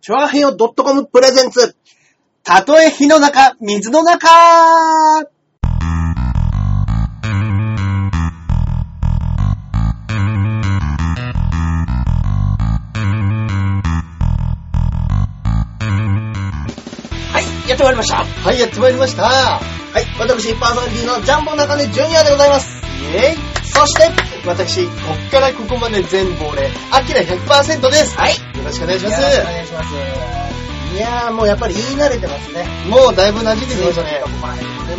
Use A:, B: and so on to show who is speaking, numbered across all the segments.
A: チョアヘヨ .com プレゼンツ。たとえ火の中、水の中はい、やってまいりました。
B: はい、やってまいりました。は
A: はい、私、パーソナリティのジャンボ中根ジュニアでございます。
B: い。イェイ。
A: そして、
B: 私、こっからここまで全部俺、アキラ100%です。
A: はい、
B: よろしくお願いし
A: よ
B: ま
A: ろしく
B: す
A: お。願いします。いやー、もうやっぱり言い慣れてますね。
B: もうだいぶ馴染んできましたね。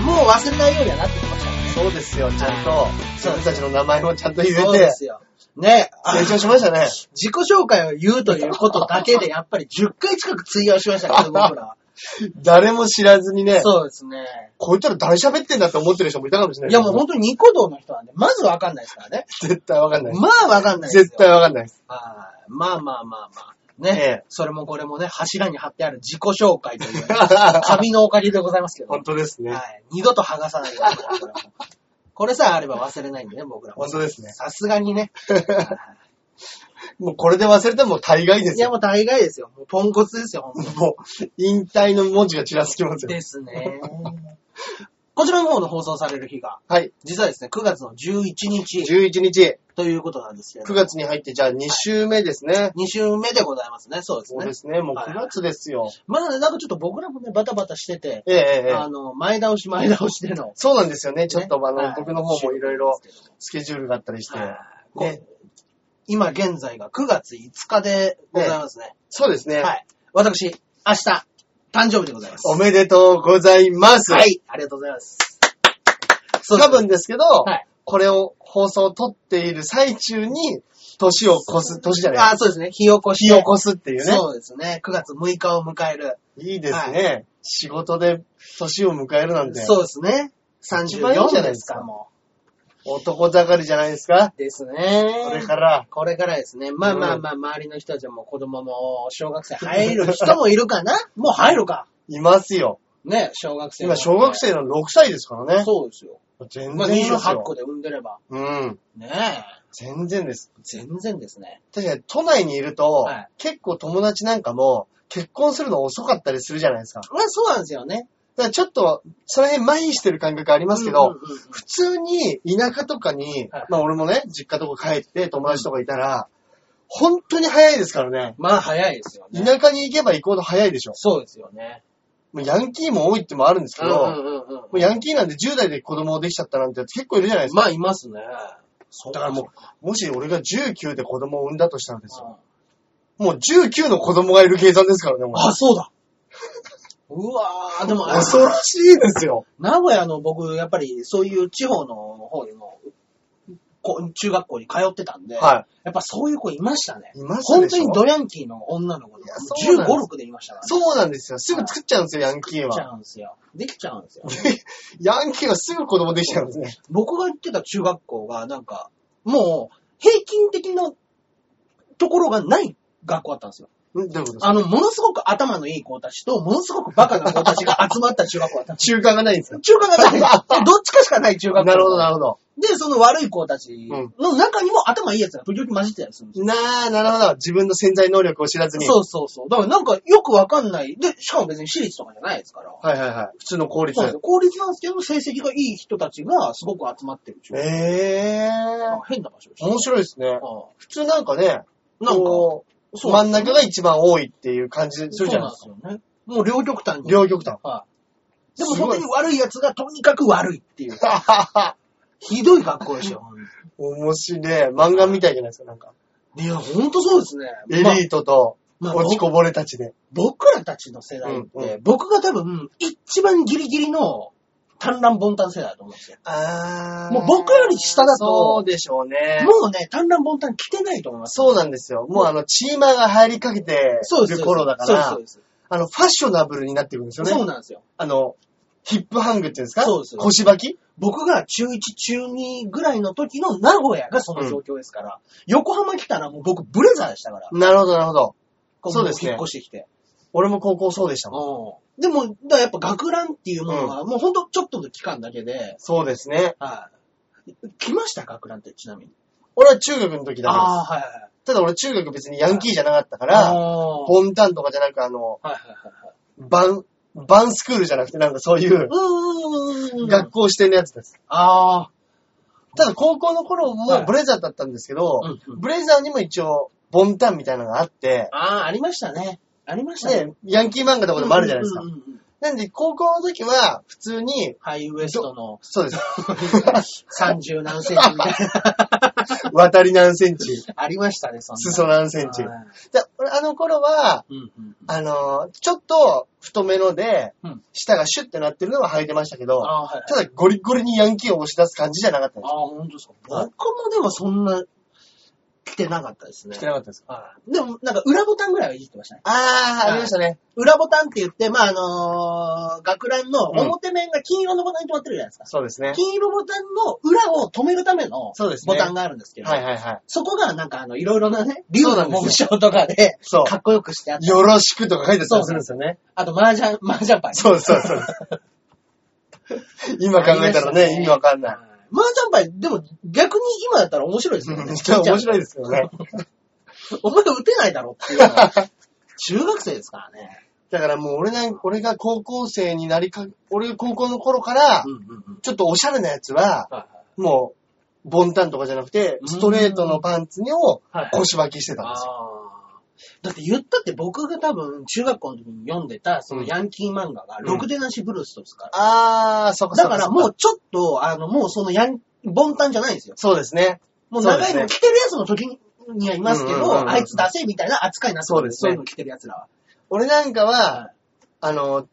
A: もう忘れないようにはなってきましたね。
B: そうですよ、ちゃんと
A: は。
B: 自分たちの名前もちゃんと言えて。
A: そうですよ。ね、あ
B: 成長しましたね。
A: 自己紹介を言うということだけで、やっぱり10回近く費用しましたけど、僕らは。
B: 誰も知らずにね、
A: そうですね。
B: こういったら誰喋ってんだって思ってる人もいたかもしれない
A: い
B: け
A: や
B: ど。
A: もう本当にニコ動の人なんで、まずわかんないですからね。
B: 絶対わかんない。
A: まあわかんないですよ。
B: 絶対わかんないです。
A: はいまあまあまあまあ。
B: え
A: ね
B: え、
A: それもこれもね、柱に貼ってある自己紹介という、紙のおかげでございますけど。
B: 本当ですね
A: は。い。二度と剥がさないようにこれもこれさえあれば忘れないんでね、僕らも。
B: 本当ですね
A: さすがにね。
B: もうこれで忘れてもう大概で
A: い
B: す
A: や、
B: よ。
A: もう大概ですよ。もうポンコツですよ、本
B: もう、引退の文字がちらつきます
A: 当
B: よ。
A: ですね。こちらの方の放送される日が、
B: はい。
A: 実はですね、9月の11日
B: 11日、
A: ということなんですけれど
B: 9
A: も、
B: 月に入って、じゃあ2週目ですね。
A: 2週目でございますね、そうです
B: そう
A: ね
B: で。すね。もう
A: はい
B: 9月ですよ。
A: まだね、なんかちょっと僕らもね、バタバタしてて、
B: ええええ
A: あの、前倒し前倒しでの。
B: そうなんですよね。ちょっと、あの、
A: はい
B: 僕の方もいろいろスケジュールがあったりして。
A: はいこ
B: ね、
A: 今現在が9月5日でございますね。
B: そうですね、
A: はい。私、明日、誕生日でございます。
B: おめでとうございます。
A: はい。ありがとうございます。そうで
B: 多
A: すね
B: 分ですけど、
A: はい
B: これを放送を撮っている最中に、年を越す、年じゃない
A: あ、そうですね。日起こし。
B: 日を越すっていうね。
A: そうですね。9月6日を迎える。
B: いいですね、仕事で年を迎えるなんて、
A: そうですね。
B: 一番いいじゃ
A: 34
B: ない
A: で
B: ですす
A: か、
B: か
A: も
B: 男盛りじゃないですか
A: う。。です
B: これ
A: ね。
B: から、
A: これからですね。まあまあまあ、周りの人たちはもう子供も小学生入る人もいるかなもう入るか。
B: いますよ。
A: ね、小学生。
B: 今、小学生の6歳ですからね。
A: そうですよ。
B: 全
A: まあ
B: 然ですよ。
A: 28個で産んでれば。
B: うん。
A: ねえ。
B: 全然です。
A: 全然ですね。
B: 確かに都内にいると、
A: はい
B: 結構友達なんかも結婚するの遅かったりするじゃないですか。だ
A: まあそうなんですよね。
B: からちょっと、その辺麻痺してる感覚ありますけど、
A: うんうんうん
B: 普通に田舎とかに、
A: はい
B: まあ俺もね、実家とか帰って友達とかいたら、本当に早いですからね。
A: まあ早いですよね。
B: 田舎に行けば行こうと早いでしょ。
A: そうですよね。
B: もうヤンキーも多いってもあるんですけど、
A: うんうんうん
B: もうヤンキーなんで10代で子供できちゃったなんてやつ結構いるじゃないですか。
A: まあいますね。
B: だからもう、もし俺が19で子供を産んだとしたらですよ。
A: あ
B: もう19の子供がいる計算ですからね、もう
A: あ、そうだ。うわー、でも、あ
B: 恐ろしいですよ。
A: 名古屋の僕、やっぱりそういう地方の方にも、こ中学校に通ってたんで、
B: は
A: やっぱそういう子いましたね。
B: い。いました
A: 本
B: でし
A: 当
B: ょ
A: にドヤンキーの女の子で
B: いやそう
A: 15、
B: なんです
A: 6でいましたから、ね。
B: そうなんですよ。すぐ作っちゃうんですよ、ヤンキー
A: できち
B: は。
A: ゃうんですよ。できちゃうんですよ。
B: ヤンキーはすぐ子供できちゃうんですね。
A: 僕が行ってた中学校が、なんか、もう、平均的なところがない学校だったんですよ。
B: うんどういうことですか
A: あの、ものすごく頭のいい子たちと、ものすごくバカな子たちが集まった中学校だったんです
B: 中間がないんですか
A: よ。中間がない。どっちかしかない中学校。
B: なるほど、なるほど。
A: で、その悪い子たちの中にも頭いいやつが時々混じってたりするんですよ。
B: なあ、なるほど。自分の潜在能力を知らずに。
A: そうそうそう。だからなんかよくわかんない。で、しかも別に私立とかじゃないですから。
B: はいはいはい。普通の効率
A: そうなんです。よ。公立なんですけど、成績がいい人たちがすごく集まってる中学
B: ええ
A: 校。なん
B: ー。
A: か変な場所でした。
B: 面白いですね。
A: あ
B: 普通なんかね、
A: あなんか、
B: こう
A: そう
B: 真ん中が一番多いっていう感じす
A: そう
B: るじゃな
A: な
B: んいです
A: です
B: か。
A: よね。もう両極端に。
B: 両極端。
A: はい。でも
B: すご
A: 本
B: い
A: 当に悪い奴がとにかく悪いっていう。
B: はははは
A: ひどい学校でしょ。
B: 面白い。漫画みたいじゃないですか、なんか。
A: いや、本当そうですね。
B: エリートと
A: まあまあ
B: 落ちこぼれたちで。
A: 僕らたちの世代って、
B: うんう
A: 僕が多分、一番ギリギリの、単乱凡単世代だと思うんですよ。
B: あ
A: ーもう僕より下だ
B: そ
A: と
B: うでしょうね。
A: もうね、単乱凡単来てないと思います。
B: そうなんですよ。もうあの、チーマーが入りかけて
A: そうで
B: る
A: す。
B: 頃だか
A: そ
B: ら
A: う、です。そう
B: あの、ファッショナブルになってくるんです
A: で
B: よ
A: すそう
B: ね。
A: なんですよ。
B: あの、ヒップハングっていうんですか
A: そうです
B: 腰履き
A: 僕が中1、中2ぐらいの時の名古屋がその状況ですから、横浜来たらもう僕ブレザーでしたから、
B: なるほど、なるほど。
A: こ
B: そうですね
A: 引っ越してきて。
B: 俺も高校そうでしたもん。
A: うんでも、だからやっぱ学ランっていうものは、もうほんとちょっとの期間だけで、
B: そうですね。
A: はい。来ました学ランってちなみに。
B: 俺は中学の時だけです。
A: あー、はいはいはい。
B: ただ俺中学別にヤンキーじゃなかったか
A: あ
B: ら、
A: ー
B: ボンタンとかじゃなくあの、
A: はいはいはいはい。
B: バン、バンスクールじゃなくてなんかそういう
A: うーん。
B: 学校指定のやつです。
A: ああ。
B: ただ高校の頃
A: は
B: も
A: い
B: ブレザーだったんですけど、
A: うんうん
B: ブレザーにも一応ボンタンみたいなのがあって、
A: ああ、ありましたね。ありましたね。
B: で、ヤンキー漫画とかでもあるじゃないですか。
A: うんうんうんうん
B: なんで高校の時は普通に、
A: ハイウエストの
B: そうで す。
A: 30何センチみたい な。
B: 渡り何センチ、
A: ありましたね、そんな。
B: 裾何センチ。
A: はい
B: で俺あの頃は、
A: うんうんうん
B: あのーちょっと太めので、
A: うん
B: 舌がシュッてなってるのは履いてましたけど、
A: あー、はいはい。
B: ただゴリゴリにヤンキーを押し出す感じじゃなかったで
A: あ
B: す。
A: あ、本当ですか。僕もでもそんな、来てなかったですね
B: 着。てなかったですか
A: はいでも、なんか裏ボタンぐらいはいじってましたね。
B: あー、ありましたね。
A: 裏ボタンって言って、まあ、あのー学ランの表面が金色のボタンに止まってるじゃないですか。
B: そうですね。
A: 金色ボタンの裏を止めるための
B: そうですね
A: ボタンがあるんですけど、
B: はいはいはい。
A: そこがなんかあの、いろいろなね、竜
B: そうな
A: の
B: んですよ
A: 紋章とかで、
B: そう
A: かっこよくしてあって、
B: よろしくとか書いてたりするんですよね。
A: あと麻雀、麻雀牌。
B: そうそうそう。今考えたらね、意味わかん ない。
A: い。麻雀牌、でも逆に今だったら面白いですよ ね。
B: めっちゃ面白いですよ ね。
A: お前打てないだろっていうのは中学生ですからね。
B: だからもう俺なん俺が高校生になりか、俺が高校の頃から、
A: んうんうん。
B: ちょっとおしゃれなやつは、
A: はい
B: もう、ボンタンとかじゃなくて、ストレートのパンツを
A: はい
B: 腰巻きしてたんですよ。
A: あーだって言ったって僕が多分中学校の時に読んでたそのヤンキー漫画が
B: うん
A: ろくでなしブルースですから。
B: あー、そっかそ
A: だ
B: っかそっか。
A: からもうちょっと、あの、もうそのヤン、ボンタンじゃないんですよ。
B: そうですね。
A: もう長い
B: そう
A: の
B: ですね
A: 着てるやつの時にはいますけ
B: うんうんうんう
A: ど、
B: ん
A: あいつ出せみたいな扱いになってるん
B: そうですね
A: そういうの着てるやつらは。
B: 俺なんかは、
A: は
B: あの、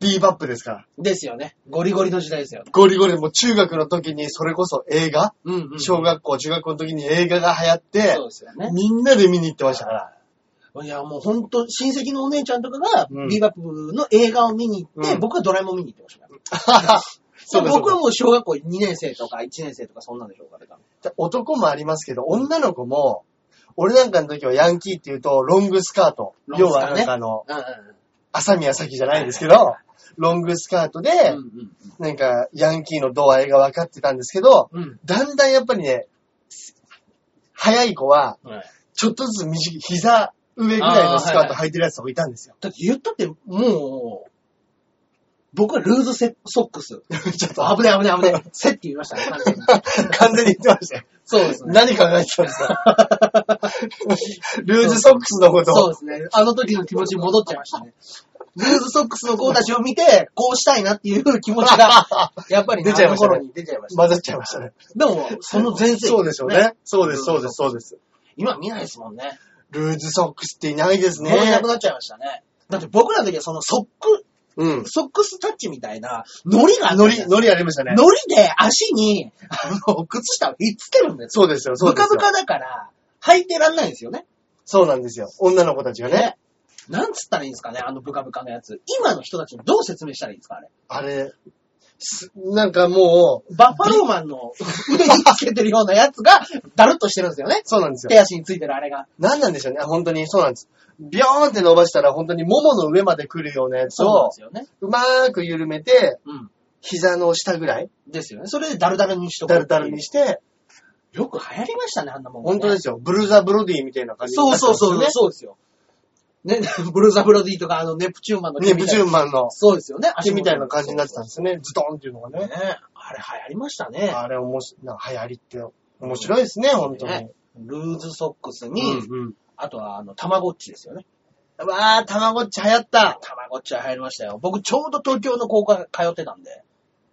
B: ビーバップですから。
A: ですよね。ゴリゴリの時代ですよね。
B: ゴリゴリ、もう中学の時にそれこそ映画、
A: うんうん
B: 小学校、中学校の時に映画が流行って
A: そう、ですよね。
B: みんなで見に行ってましたから。
A: いや、もう本当親戚のお姉ちゃんとかが、
B: うん
A: ビーバップの映画を見に行って、
B: うん
A: 僕はドラえもん見に行ってましたから。
B: そうです
A: 僕はもう小学校2年生とか1年生とかそんなんでしょうから。
B: 男もありますけど、女の子も、俺なんかの時はヤンキーっていうと、ロングスカート。
A: ロング
B: 要
A: スカね
B: はなんかあの、
A: うん
B: 朝宮咲じゃないですけど、ロングスカートで、
A: うんうん。
B: なんかヤンキーの度合いが分かってたんですけど、
A: うんうん。
B: だんだんやっぱりね、早い子は、
A: うん。はい
B: ちょっとずつ短い、膝上ぐらいのスカート履いてるやつとかいたんですよ。
A: だって言ったって、もう、僕はルーズセソックス。
B: ちょっと
A: 危ない危ない危ない。セって言いましたね 完全に。
B: 完全に言ってましたよ。
A: そうですね。
B: 何考えてたんですかルーズソックスのこと
A: そう
B: を。
A: ですね。あの時の気持ちに戻っちゃいましたね。ルーズソックスの子たちを見て、こうしたいなっていう気持ち が、やっぱりね
B: 出ちゃいましたね
A: あの頃に出ちゃいまし た。
B: 混ざっちゃいましたね。
A: でも、その前世紀です、
B: そうでしょうね。そうです、そうです、そうです。
A: 今見ないですもんね。
B: ルーズソックスっていないです
A: もういな
B: ね
A: く。なっちゃいましたね。だって僕らの時はそのソック、
B: うん。
A: ソックスタッチみたいな、ノリがあった
B: ノ
A: じゃ
B: リ、
A: ないですか
B: ノリありましたね。
A: ノリで足に、あの、靴下をひっつけるんです
B: そ
A: よ。
B: うですよ、そう
A: ブ
B: で
A: カ
B: す
A: ブ
B: よ。
A: カだから、履いてらんないんですよね。
B: そうなんですよ。女の子たちがね。
A: なんつったらいいんですかね、あのブカブカのやつ。今の人たちにどう説明したらいいんですか、あれ。
B: あれ、すなんかもう、
A: バッファローマンの腕につけてるようなやつが、だるっとしてるんですよね。
B: そうなんですよ。
A: 手足についてるあれが。
B: なんなんでしょうね。本当に、そうなんです。ビョーンって伸ばしたら本当にももの上まで来るようなやつ
A: そうなん
B: を
A: です、よね。
B: うまーく緩めて、
A: うん。
B: 膝の下ぐらい、
A: ですよね。それでダルダルにしとく
B: だるだるにして、
A: よく流行りましたね、あんなもん、ね。
B: 本当ですよ。ブルーザ・ブロディみたいな感じに
A: そ
B: な
A: う
B: って
A: そ
B: ま
A: う
B: すよ
A: そう、
B: ね。
A: そうですよ。ね、 ブルーザ・ブロディとか、あの、ネプチューンマンの
B: ね、ブチューンマンの
A: そうですよね、
B: 手みたいな感じになってたんですすね。ズドンっていうのが
A: ね
B: ね。。
A: あれ流行りましたね。
B: あれ、おもし、な流行りって面白いですね、本当に
A: ね。ルーズソックス
B: う
A: に、
B: んうん。
A: あとは、あの、たまごっちですよね。
B: わー、たまごっち流行った。
A: たまごっちは流行りましたよ。僕、ちょうど東京の高校通ってたんで、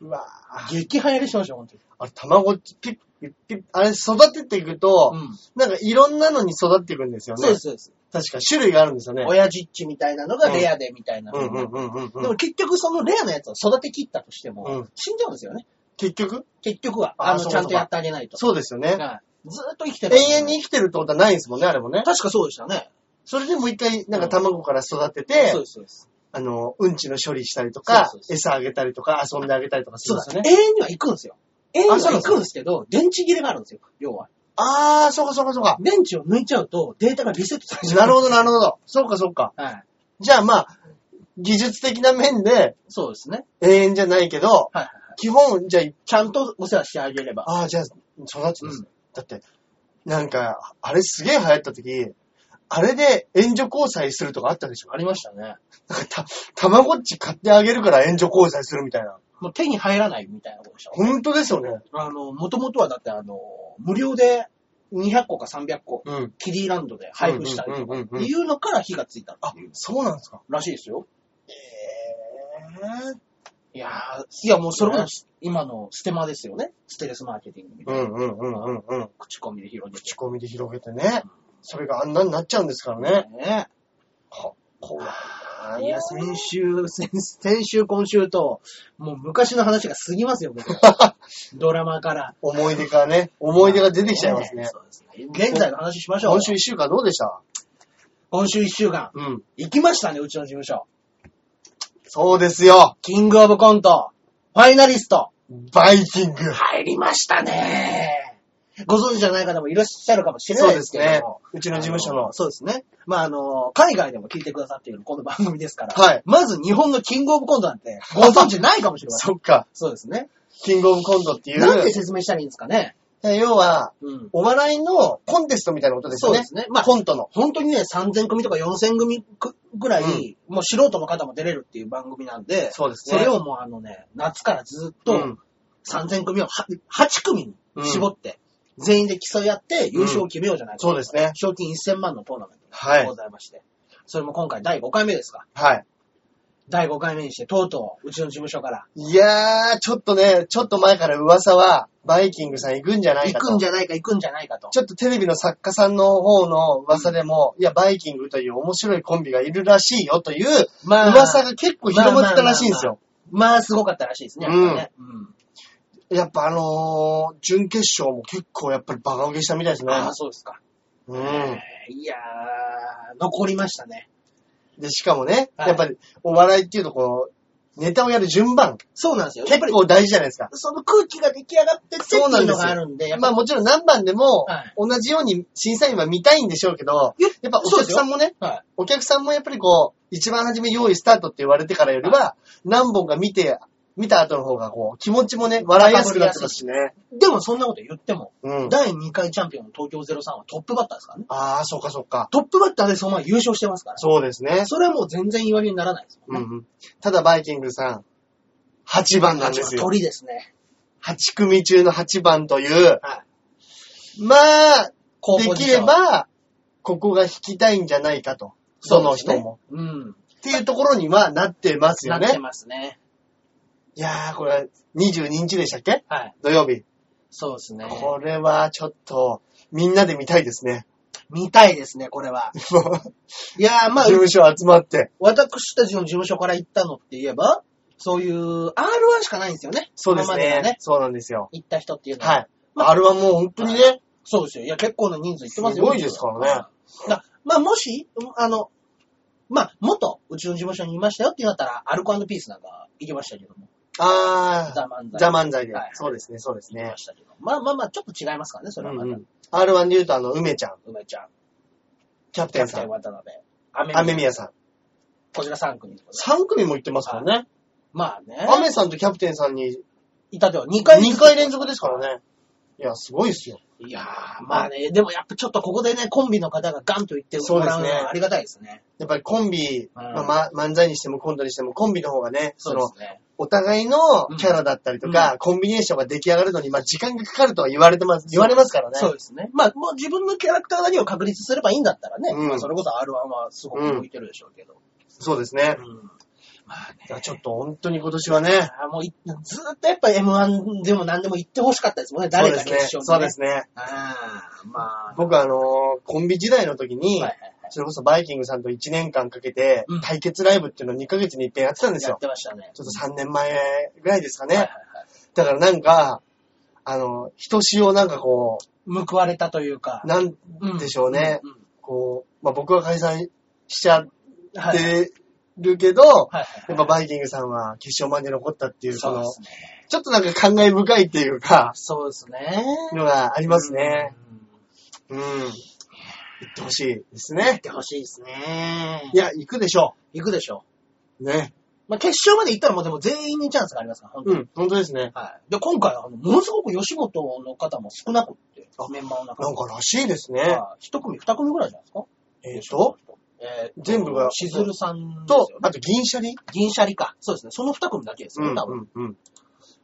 B: うわー。
A: 激流行りしましたよ、本当に。
B: あれ、たまごっち、ピッ、ピッ、ピッ、あれ、育てていくと、
A: うん。
B: なんかいろんなのに育っていくんですよね。
A: そうです、そうです。
B: 確か、種類があるんですよね。
A: 親父っちみたいなのがレアで、みたいなの
B: うんうん
A: が。
B: うんうん
A: で
B: う
A: も
B: ん。
A: 結局、そのレアのやつを育てきったとしても、
B: うん
A: 死んじゃうんですよね。
B: 結局
A: 結局は。
B: あ
A: あの、
B: そう
A: ち
B: か
A: ゃ
B: そ
A: ん
B: うか
A: とやってあげないと。
B: そうですよね。
A: はいずーっと生きて
B: 永遠に生きてるってことはないんですもんね、あれもね。
A: 確かそうでしたね。
B: それでもう一回、なんか卵から育てて、
A: そうです、そうです。
B: あの、うんちの処理したりとか
A: そうそう、そう
B: 餌あげたりとか、遊んであげたりとかす
A: そ
B: る
A: うんで
B: ですすよ。ね。
A: ね永遠には行くんですよ。永遠には行くんですけど、電池切れがあるんですよ、要は。
B: あー、そうかそうかそうか。
A: 電池を抜いちゃうと、データがリセットされちゃう。
B: なるほど、なるほど。そうかそうか。
A: はい。
B: じゃあまあ、技術的な面で
A: そうですね。
B: 永遠じゃないけど、
A: はいはいはい。
B: 基本、じゃあ、
A: ちゃんとお世話してあげれば。
B: あー、じゃあ、育つんですね。だって、なんか、あれすげえ流行った時、あれで援助交際するとかあったでしょ
A: ありましたね。
B: なんかた、たまごっち買ってあげるから援助交際するみたいな。
A: もう手に入らないみたいなことでした。
B: 本当ですよね。
A: あの、もともとはだってあの、無料で200個か300個、
B: うん。
A: キリーランドで配布したりとか、
B: うんうんうんうん
A: いうのから火がついたっていう、
B: そうなんですか。
A: らしいですよ。
B: え
A: いやー、いやもうそれこそ今のステマですよね。ステレスマーケティングみ
B: う
A: たいな。
B: んうんうんうんうん。
A: 口コミで広げて
B: 口。コミで広げてね。それがあんなになっちゃうんですからね。
A: ね
B: は怖いなあ
A: いや、先週、先先週、今週と、もう昔の話が過ぎますよ、僕 ドラマから。
B: 思い出がね、思い出が出てきちゃいますね。
A: そうですね。現在の話しましょう。
B: 今週一週間どうでした
A: 今週1週間。
B: うん。
A: 行きましたね、うちの事務所。
B: そうですよ。
A: キングオブコント、ファイナリスト。
B: バイキング。
A: 入りましたね。ご存知じゃない方もいらっしゃるかもしれな
B: そう
A: い
B: で
A: です
B: す
A: けれ
B: ね
A: ども。。
B: うちの事務所
A: あ
B: の。
A: そうですね。まあ、あの、海外でも聞いてくださっているこの番組ですから。
B: はい
A: まず日本のキングオブコントな んてご存知ないかもしれません。
B: そっか。
A: そうですね。
B: キングオブコントっていう。
A: なんて説明したらいいんですかね。
B: 要は、
A: うん。
B: お笑いのコンテストみたいなことですよ
A: そう
B: ね。
A: ですね。まあ、
B: コントの。
A: 本当にね、3000組とか4000組くぐらい、もう素人の方も出れるっていう番組なんで、
B: そうです
A: そ
B: ね
A: れをもうあのね、夏からずっ
B: う
A: と
B: ん
A: 3000組をは8組に絞って、全員で競い合って優勝を決めようじゃないか、
B: そうですね。
A: 賞金1000万のトーナメント
B: は
A: が
B: い
A: ございまして、それも今回第5回目ですか。
B: はい。
A: 第5回目にして、とうとう、うちの事務所から、
B: いやー、ちょっとね、ちょっと前から噂は、バイキングさん行くんじゃないか
A: 行
B: と。
A: くんじゃないか、行くんじゃないかと。
B: ちょっとテレビの作家さんの方の噂でも、いや、バイキングという面白いコンビがいるらしいよという
A: まあ
B: 噂が結構広まってたらしいんですよ。
A: まあ、すごかったらしいですね、やっぱね。うん。
B: やっぱあのー、準決勝も結構やっぱりバカ受けしたみたいですね。
A: ああ、そうですか。
B: うん。
A: いやー、残りましたね。
B: で、しかもね、
A: はい
B: やっぱりお笑いっていうとこう、ネタをやる順番、
A: そうなんですよ。や
B: 結
A: っぱり、
B: 構大事じゃないですか。
A: その空気が出来上がってってって
B: そうない
A: うん
B: で
A: の
B: すよ
A: があるんで、やっ
B: ま
A: ぱ
B: あもちろん何番でも
A: はい、
B: 同じように審査員は見たいんでしょうけど、
A: いや
B: やっぱお客さんもね、
A: は
B: お客さんもやっぱりこう、一番初め用意スタートって言われてからよりは、何本か見て、見た後の方がこう、気持ちもね、笑いやすくなってますしね。
A: い。でもそんなこと言っても、
B: うん。
A: 第2回チャンピオンの東京03はトップバッターですからね。
B: ああ、そうかそうか。
A: トップバッターでその前優勝してますから。
B: そうですね。
A: それはもう全然言い訳にならないですも
B: うん
A: ね。
B: ん。ただバイキングさん、8番なんですよ。
A: 鳥ですね。
B: 8組中の8番という、
A: は
B: まあ、
A: 高
B: で
A: 校
B: きれば、ここが引きたいんじゃないかと。その人も。。
A: うん。
B: っていうところにはなってますよ
A: なって
B: ね。
A: ますね。
B: いやー、これ、22日でしたっけ
A: はい。
B: 土曜日。
A: そうですね。
B: これはちょっと、みんなで見たいです ね。
A: 見たいですね、これは。
B: もう事
A: いやー、まあ、
B: 務所集まって。
A: 私たちの事務所から行ったのって言えば、そういう R1 しかないんですよね。
B: そうです
A: 今ま
B: ね。
A: がね、
B: そうなんですよ。
A: 行った人っていうのは。
B: はい。
A: まあ
B: あれはもう本当にね、
A: そうですよ。いや、結構な人数行って
B: す
A: ますよ。
B: ごいですからね。
A: だまあ、もし、あの、まあ、元、うちの事務所にいましたよってなったら、アルコピースなんか行きましたけども。
B: あ
A: ザ・漫才。
B: ー、ザ漫才で
A: はい。
B: そうですね、そうです
A: 行き
B: ね
A: ま。したけど。まあまあまあ、ちょっと違いますからね、それはまた。
B: R1 で言うと、あの、梅ちゃん、
A: 梅ちゃん、
B: キャプ
A: キ
B: テ
A: ャ
B: ン
A: プ
B: さ
A: テン
B: ん、
A: 渡辺、アメ
B: アメ
A: ミ
B: ミ
A: ヤ、
B: ヤさん。
A: こちら3組でござい
B: 3組も行ってますからね。
A: ます。まあね。
B: アメさんとキャプテンさんに
A: いたでは2回ずつ
B: 2回連続ですからね。いや、すごいですよ。
A: いやー、まあね、でもやっぱちょっとここでね、コンビの方がガンと言ってもらうの
B: そうですね
A: はありがたいですね。
B: やっぱりコンビ、
A: うん
B: まあま漫才にしてもコントにしてもコンビの方がね、その、
A: ね。
B: お互いのキャラだったりとか、コンビネーションが出来上がるのに、まあ時間がかかるとは言われてます、言われますからね。
A: そうですね。まあ、もう自分のキャラクター何を確立すればいいんだったらね、
B: うん
A: まあ、それこそ R1 はすごく向いてるでしょうけど。
B: そうですね。
A: うんまあ
B: いや
A: ね、
B: ちょっと本当に今年はね、
A: あもういずーっとやっぱ M1 でも何でも言ってほしかったですもんね、誰か決勝に、ね。
B: そうですね。そうですね。
A: ああ、まあ。
B: 僕はあのーコンビ時代の時に、
A: はいはいはい
B: それこそバイキングさんと1年間かけて
A: うん、
B: 対決ライブっていうのを2ヶ月に一遍やってたんです
A: や
B: よ
A: っ。てましたね。
B: ちょっと3年前ぐらいですかね。
A: はいはい
B: だからなんか、あの、人しをなんかこ
A: はい報われたというか
B: う、。なん
A: うん
B: でしょうね。
A: うんうん
B: こう、まあ、僕は解散しちゃっ
A: はいはい
B: てるけど、
A: はいはい
B: やっぱバイキングさんは決勝まで残ったっていう、
A: そ
B: そう
A: で
B: の、
A: すね。
B: ちょっとなんか感慨深いっていうか、
A: そうですね。
B: のがありますね。
A: うん
B: うん。行ってほしいです
A: 行っ
B: ね。
A: てほしいですね。
B: いや、行くでしょ
A: 行くでしょ
B: う。ね。
A: う。まあ、決勝まで行ったらもうでも全員にチャンスがありますから、本当
B: う
A: に。
B: ん、本当ですね。
A: はい。で、今回、あの、ものすごく吉本の方も少なくって、
B: あ
A: メンバーの中
B: なん
A: で。
B: からしいですね。
A: まあ一組、二組ぐらいじゃないですか
B: えっと、
A: えー
B: 全部が
A: しずるさんです
B: と
A: よ、ね。
B: あと銀シャリ
A: 銀シャリか。そうですね。その二組だけです
B: う
A: ね、
B: ん
A: 多分。
B: うん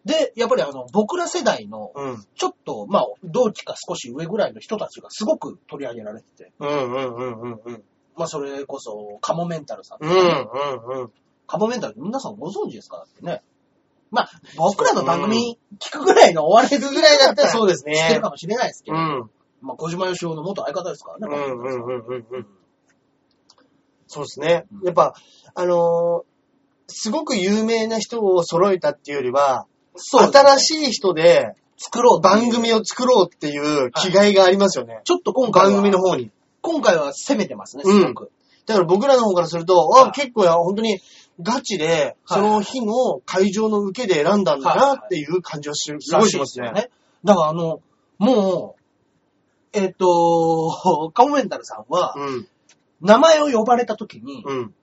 A: で、やっぱりあの、僕ら世代の、
B: うん。
A: ちょっと、まあ、同期か少し上ぐらいの人たちがすごく取り上げられてて、
B: うんうんうんうんうん。
A: まあ、それこそ、カモメンタルさん。
B: うんうんうん。
A: カモメンタルって皆さんご存知ですかだってね。まあ、僕らの番組聞くぐらいのお笑い好きぐらいだったら、
B: そうですね
A: 知ってるかもしれないですけ
B: う
A: ど、
B: ん。うん
A: まあ、小島よしおの元相方ですからね。
B: うんうん
A: ん。
B: うんうん。そうですね。やっぱ、あのーすごく有名な人を揃えたっていうよりは、
A: そうですね、
B: 新しい人で
A: 作ろうっていう
B: 番組を作ろうっていう気概がありますよね。
A: ちょっと今回は、
B: 番組の方に。
A: 今回は攻めてますね、すごく。
B: だから僕らの方からすると、
A: はい
B: あ結構や、本当にガチで、その日の会場の受けで選んだんだなっていう感じはし、すごいしますね。。
A: だからあの、もう、えっ、と、 カモメンタルさんは、
B: うん、
A: 名前を呼ばれた時に、
B: うん、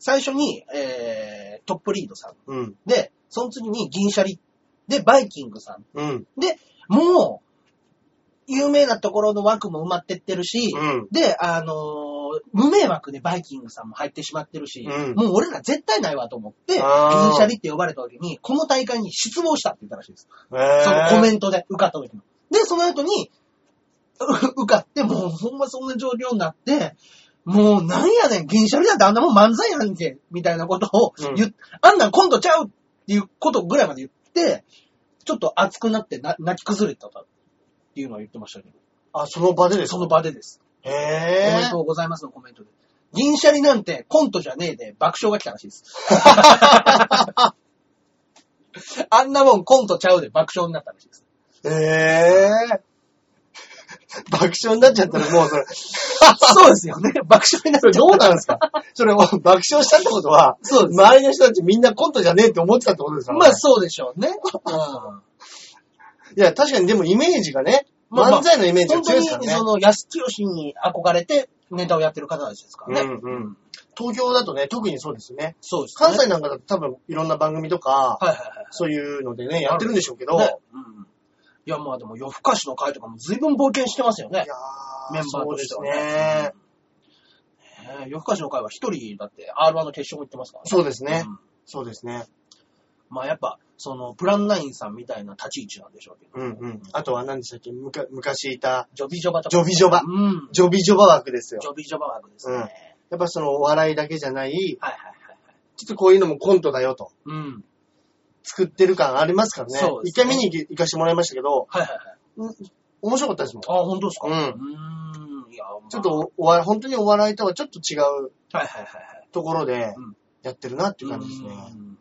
A: 最初に、えー、トップリードさん。
B: うん、
A: で、その次に銀シャリ。で、バイキングさん。
B: うん、
A: で、もう、有名なところの枠も埋まってってるし、
B: うん
A: で、あのー無名枠でバイキングさんも入ってしまってるし、
B: うん
A: もう俺ら絶対ないわと思って、銀
B: あー
A: シャリって呼ばれた時に、この大会に失望したって言ったらしいです。
B: え
A: そのコメ
B: ン
A: ントで受かった時の。で、その後に、 う受かって、もうほんまそんな状況になって、もうなんやねん、銀シャリなんてあんなもん漫才やんけ、みたいなことを
B: うん
A: 言っ、あんなん今度ちゃうっていうことぐらいまで言って、ちょっと熱くなってな泣き崩れたとっていうのは言ってましたけど、
B: あ、その場でです
A: そ
B: か
A: の場でです。
B: へ
A: おめ
B: え
A: で。とうございますのコメントで。銀シャリなんてコントじゃねえで爆笑が来たらし いです。 あんなもんコントちゃうで爆笑になったらしいです。
B: ええ爆笑になっちゃったらもうそれ、
A: そうですよね。爆笑になっちゃった
B: どうなんですかそれ、爆笑したってことは、
A: そうです。
B: 周りの人たちみんなコントじゃねえって思ってたってことですから、ね。
A: まあそうでしょうね。うん
B: いや、確かにでもイメージがね、
A: まあまあ
B: 漫才のイメージが
A: 本当
B: 強いで
A: に
B: すからね。
A: その安清に憧れてネタをやってる方たちですからね。
B: うんうん。東京だとね、特にそうですよね。
A: そうです、ね。
B: 関西なんかだと多分いろんな番組とか、
A: はいはいはい。
B: そういうのでね、やってるんでしょうけど、
A: ねうん、いやまあでも夜更かしの会とかも随分冒険してますよ
B: い
A: ね。
B: やー
A: メンバーとして
B: そう
A: はね。
B: ですね。
A: うんねえ夜更かしの会は一人だって R1 の決勝も行ってますからね。
B: そうですね
A: う。ん
B: そうですね。
A: まあやっぱ、その、プランナインさんみたいな立ち位置なんでしょうけ
B: う
A: ど。
B: んうん。あとは何でしたっけむか昔いた、
A: ジョビジョバとか。
B: ジョビジョバ
A: うん。
B: ジョビジョバ枠ですよ
A: ジ。ョビジョバ枠ですね。
B: うん
A: はい
B: やっぱそのお笑いだけじゃない、
A: はいはい。
B: ちょっとこういうのもコントだよと、
A: うん。
B: 作ってる感ありますからね。
A: そうで
B: 一
A: すね
B: 回見に行き行かしてもらいましたけど、
A: はいはいはい。
B: 面白かったですもん。
A: あ、本当ですか
B: うん
A: うーん。いや、まあ
B: ちょっ、とお笑い、本当にお笑いとはちょっと違う
A: はいはいはいはい。
B: ところで
A: うん
B: やってるなっていう感じですね。
A: うん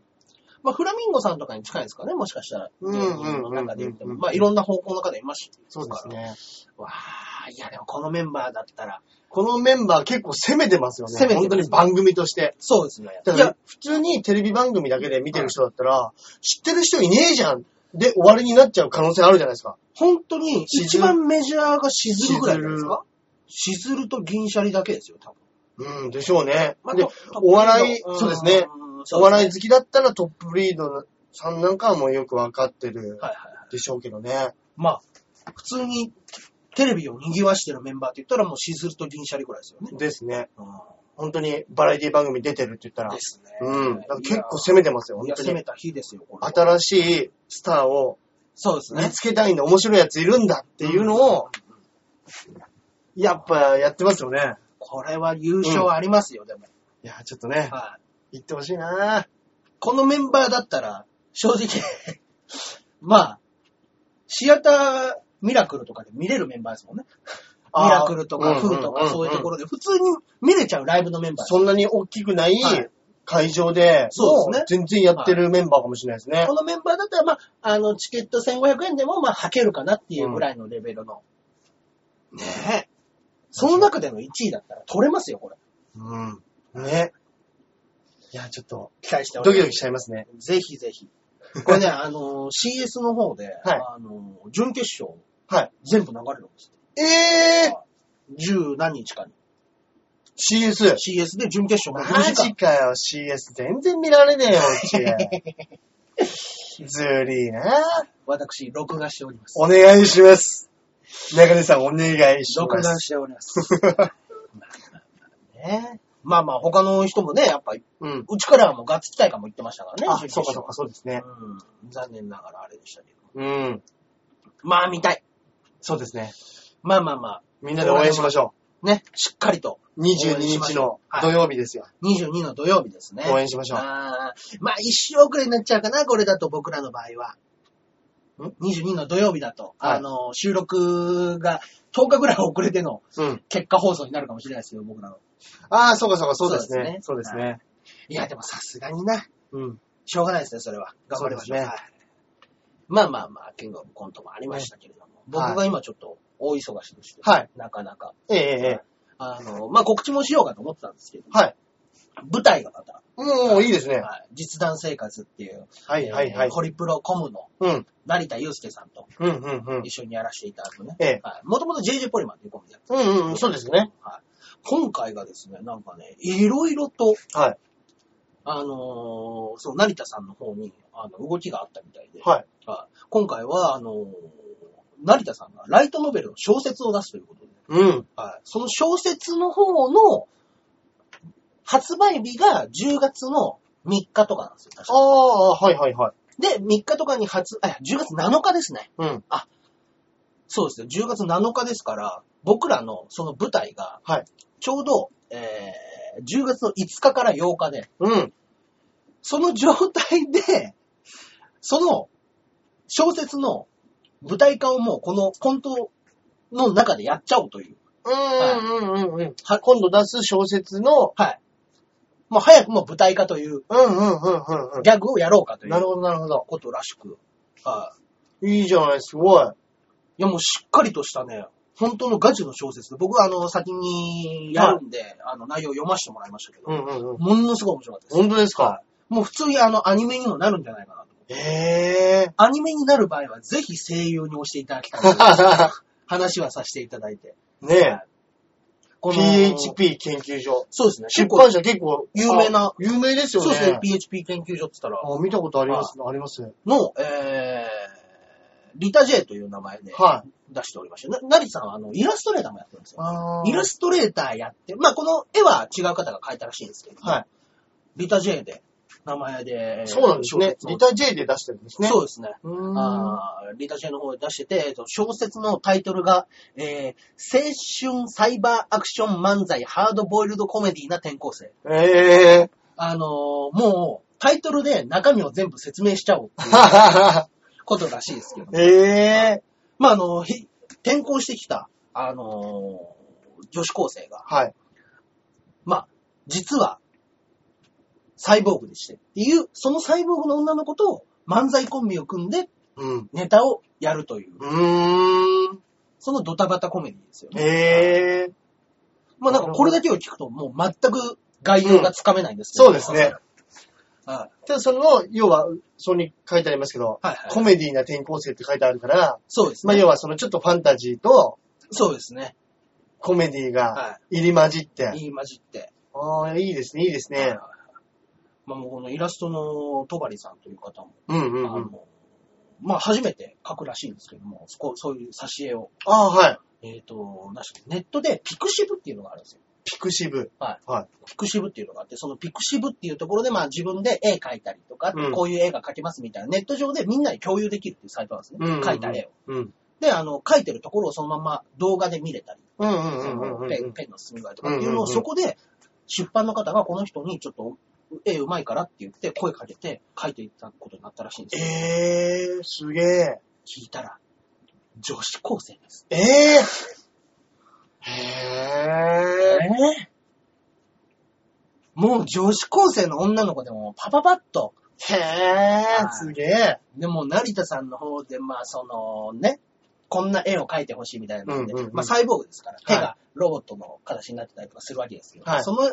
A: まあ、フラミンゴさんとかに近いですかね、もしかしたら。
B: うんうんうん
A: 芸人の中で言って
B: う
A: も。
B: ん
A: まあ、いろんな方向の中でいます
B: そうです。ね。
A: わあ、いや、でもこのメンバーだったら。
B: このメンバー結構攻めてますよね。
A: 攻めてます
B: 本当に番組として。
A: そうですね。
B: だ
A: い
B: か
A: や
B: ら、普通にテレビ番組だけで見てる人だったら、知ってる人いねえじゃん。で、終わりになっちゃう可能性あるじゃないですか。
A: 本当に一番メジャーがしずるぐらいじゃないですかしずると銀シャリだけですよ、多分。
B: うん、でしょうね。
A: まあ
B: で
A: と、
B: お笑い
A: と
B: そうですね。
A: うん
B: お笑い
A: そ
B: 好
A: う
B: きだったらトップリードさんなんかはもうよくわかってる
A: ですねはいはいはい。
B: でしょうけどね。
A: まあ、普通にテレビを賑わしてるメンバーって言ったらもうしずると銀シャリぐらいですよね。
B: ですね。
A: うん
B: 本当にバラエティ番組出てるって言ったら。
A: ですね。
B: うん。だから結構攻めてますよ、
A: い
B: 本
A: や、
B: 当
A: 攻
B: に
A: め。た日ですよ、これは。
B: 新しいスターを
A: そうですね。
B: 見つけたいんだ、面白いやついるんだっていうのを、やっぱやってますよね。
A: これは優勝ありますよ、でも。
B: いや、ちょっとね、
A: はい。
B: 行ってほしいなぁ。
A: このメンバーだったら、正直、 まあ、シアターミラクルとかで見れるメンバーですもんね。
B: あー
A: ミラクルと
B: うんうん
A: か、フーと
B: うんう
A: か、
B: ん
A: そういうところで、普通に見れちゃうライブのメンバーです
B: そんなに大きくない
A: はい
B: 会場で、
A: そうですね
B: も全然やってるメンバーかもしれないですね
A: こ。のメンバーだったら、まあ、あの、チケット1500円でも、まあ、履けるかなっていうぐらいのレベルの。ねえ。その中での1位だったら取れますよ、これ。
B: うん。ね。いや、ちょっと、
A: 期待してお
B: ド
A: りま
B: キ
A: す
B: ドキしちゃいますね。
A: ぜひぜひ。これね、 あのー、CS の方で、
B: はい
A: あのー、準決勝、
B: はい。
A: 全部流れるんです
B: え
A: よ。十何日かに。
B: ぇ、ー、!CS。
A: CS で準決勝まで
B: マ
A: 2時
B: ジ
A: 間。
B: かよ、CS。全然見られねえよ、う ち。ずりーなぁ。
A: 私、録画しております。
B: お願いします。中根さんお願いし
A: 録
B: ま
A: 画
B: す。
A: しております。ね。まあまあ、他の人もね、やっぱ、
B: うん。
A: うちからはもうガッツ期待感も言ってましたからね。
B: あ、
A: 準決
B: そうかそ
A: 勝
B: うか、そうですね。
A: うん。残念ながらあれでしたけど。
B: うん。
A: まあ、見たい。
B: そうですね。
A: まあまあま
B: みんなで応援しましょ
A: あ、ね、しっかりと、
B: う。22日の土曜日ですよ。
A: 22の土曜日ですね。
B: 応援しましょう
A: あーまあ、一週遅れになっちゃうかな、これだと僕らの場合は。
B: ん
A: ?22 の土曜日だと、
B: はい
A: あの、収録が10日ぐらい遅れての
B: うん。
A: 結果放送になるかもしれないですよ、僕らの。
B: ああ、そうかそうか、そうですね。
A: そ
B: そうう
A: で
B: ですす
A: ね
B: ね。
A: いや、でもさすがにな、
B: うん。
A: しょうがないですね、それは。頑張りましょう。
B: そうですね
A: はいまあまあまあ、キングオブコントもありましたけれども、僕が今ちょっと大忙しでして、
B: はい。
A: なかなか。
B: ええええ。
A: あの、まあ告知もしようかと思ってたんですけど、
B: はい。
A: 舞台がまた、
B: もういいですね。
A: はい実弾生活っていう、
B: はいはいは
A: え
B: い
A: ー。ホリプロコムの
B: うん。
A: 成田祐介さんと
B: うんうんうん。
A: 一緒にやらせていただくね。
B: ええ。
A: もともと JJ ポリマンっていうコンビだった。
B: うんうん、そうですね。
A: はい。今回がですね、なんかね、いろいろと、
B: はい。
A: あのーそう、成田さんの方に、あの、動きがあったみたいで、
B: はい。
A: はい今回は、あのー成田さんがライトノベルの小説を出すということで、
B: うん。
A: はい。その小説の方の発売日が10月の3日とかなんですよ、確
B: あ
A: か
B: あ、はいはいはい。
A: で、3日とかに発、あ、10月7日ですね。
B: うん。
A: そうですよ。10月7日ですから、僕らのその舞台が、
B: はい
A: ちょうど、えー10月の5日から8日で、
B: うん。
A: その状態で、その小説の舞台化をもうこのコントの中でやっちゃおうという。
B: うんうんうんうん。は今度出す小説の、
A: はい。もう早くも舞台化という
B: うんうんうんうんう
A: ギャグをやろうかとい
B: ん。なる
A: う
B: ほどなるほど。
A: ことらしく。は
B: い
A: い。
B: いじゃない、すごい。
A: いやもうしっかりとしたね、本当のガチの小説で、僕はあの先にやるんで、あの内容読ませてもらいましたけど、
B: うんうんうん。
A: ものすごい面白かったです。
B: 本当ですか
A: もう普通にあのアニメにもなるんじゃないかなと。
B: ええ。
A: アニメになる場合はぜひ声優に押していただきたいと話はさせていただいて。
B: ねえ。
A: この
B: PHP 研究所。
A: そうですね。
B: 出版社結構
A: 有名な
B: あ有名ですよ
A: そう
B: ね。
A: ですね。PHP 研究所って言ったら、
B: あ、見たことあります、あります。
A: の、えー、リタ J という名前で
B: はい。
A: 出しておりまして、ななりさんはあのイラストレーターもやってるんですよ。
B: あ
A: イラストレーターやって、まあこの絵は違う方が描いたらしいんですけど、
B: は
A: リタ J で、名前で。
B: い。そうなんですね。リタ J で出してるんですね。
A: そう
B: う。
A: ですね。
B: うーん。
A: あーリタ J の方で出してて、えっと小説のタイトルが、えー、青春サイバーアクション漫才ハードボイルドコメディな転校生。
B: ええ
A: あのーもう、タイトルで中身を全部説明しちゃおうっていう
B: ー。。
A: ことらしいですけど
B: ええー。
A: まあ、あのーひ転校してきた、あのー女子高生が、
B: はい。
A: まあ、実は、サイボーグでしてっていう、そのサイボーグの女の子と漫才コンビを組んで
B: うん。
A: ネタをやるという、
B: うーん。
A: そのドタバタコメディですよね。
B: ええー。
A: まあなんかこれだけを聞くともう全く概要がつかめないんですけど、
B: そうですね。
A: はい。
B: で、その、要は、そこに書いてありますけど、
A: はいはい
B: コメディな転校生って書いてあるから、
A: そうです
B: まあ、
A: ね。
B: 要はそのちょっとファンタジーと
A: そうですね。
B: コメディ
A: は
B: が入り混じって。
A: 言い混じって。
B: ああ、いいですね、いいです
A: はいはい
B: ね
A: は。いまあもうこのイラストの戸張さんという方も、
B: うんう
A: あ
B: んうん。
A: の、まあ初めて書くらしいんですけども、そこそういう挿絵を、
B: ああー、はい。
A: えっ、と、なしネットでピクシブっていうのがあるんですよ。
B: ピクシブ。。
A: はい
B: はい。
A: ピクシブっていうのがあって、そのピクシブっていうところで、まあ自分で絵描いたりとか、
B: うん
A: こういう絵が描けますみたいな、ネット上でみんなに共有できるっていうサイトなんですね。
B: うんうんうん
A: 描いた絵を。
B: うん。
A: で、あの、描いてるところをそのまま動画で見れたり、
B: うんうん
A: その
B: うんうん
A: ペン
B: う
A: ペンの進み具合とかってい
B: うん
A: うの
B: うんう
A: を、
B: ん
A: そこで出版の方がこの人にちょっと絵うまいからって言って声かけて描いていったことになったらしいんで
B: ん。
A: すよ。
B: ええー、すげえ。
A: 聞いたら、女子高生です。
B: ええー。へえ。
A: もう女子高生の女の子でもパパパッと、
B: へえ
A: は、い
B: すげえ。
A: でも、成田さんの方で、まあ、そのね、こんな絵を描いてほしいみたいなので、
B: うんうんうん
A: まあ、サイボーグですから、手
B: は
A: がロボットの形になってたりとかするわけですけど、
B: はい
A: その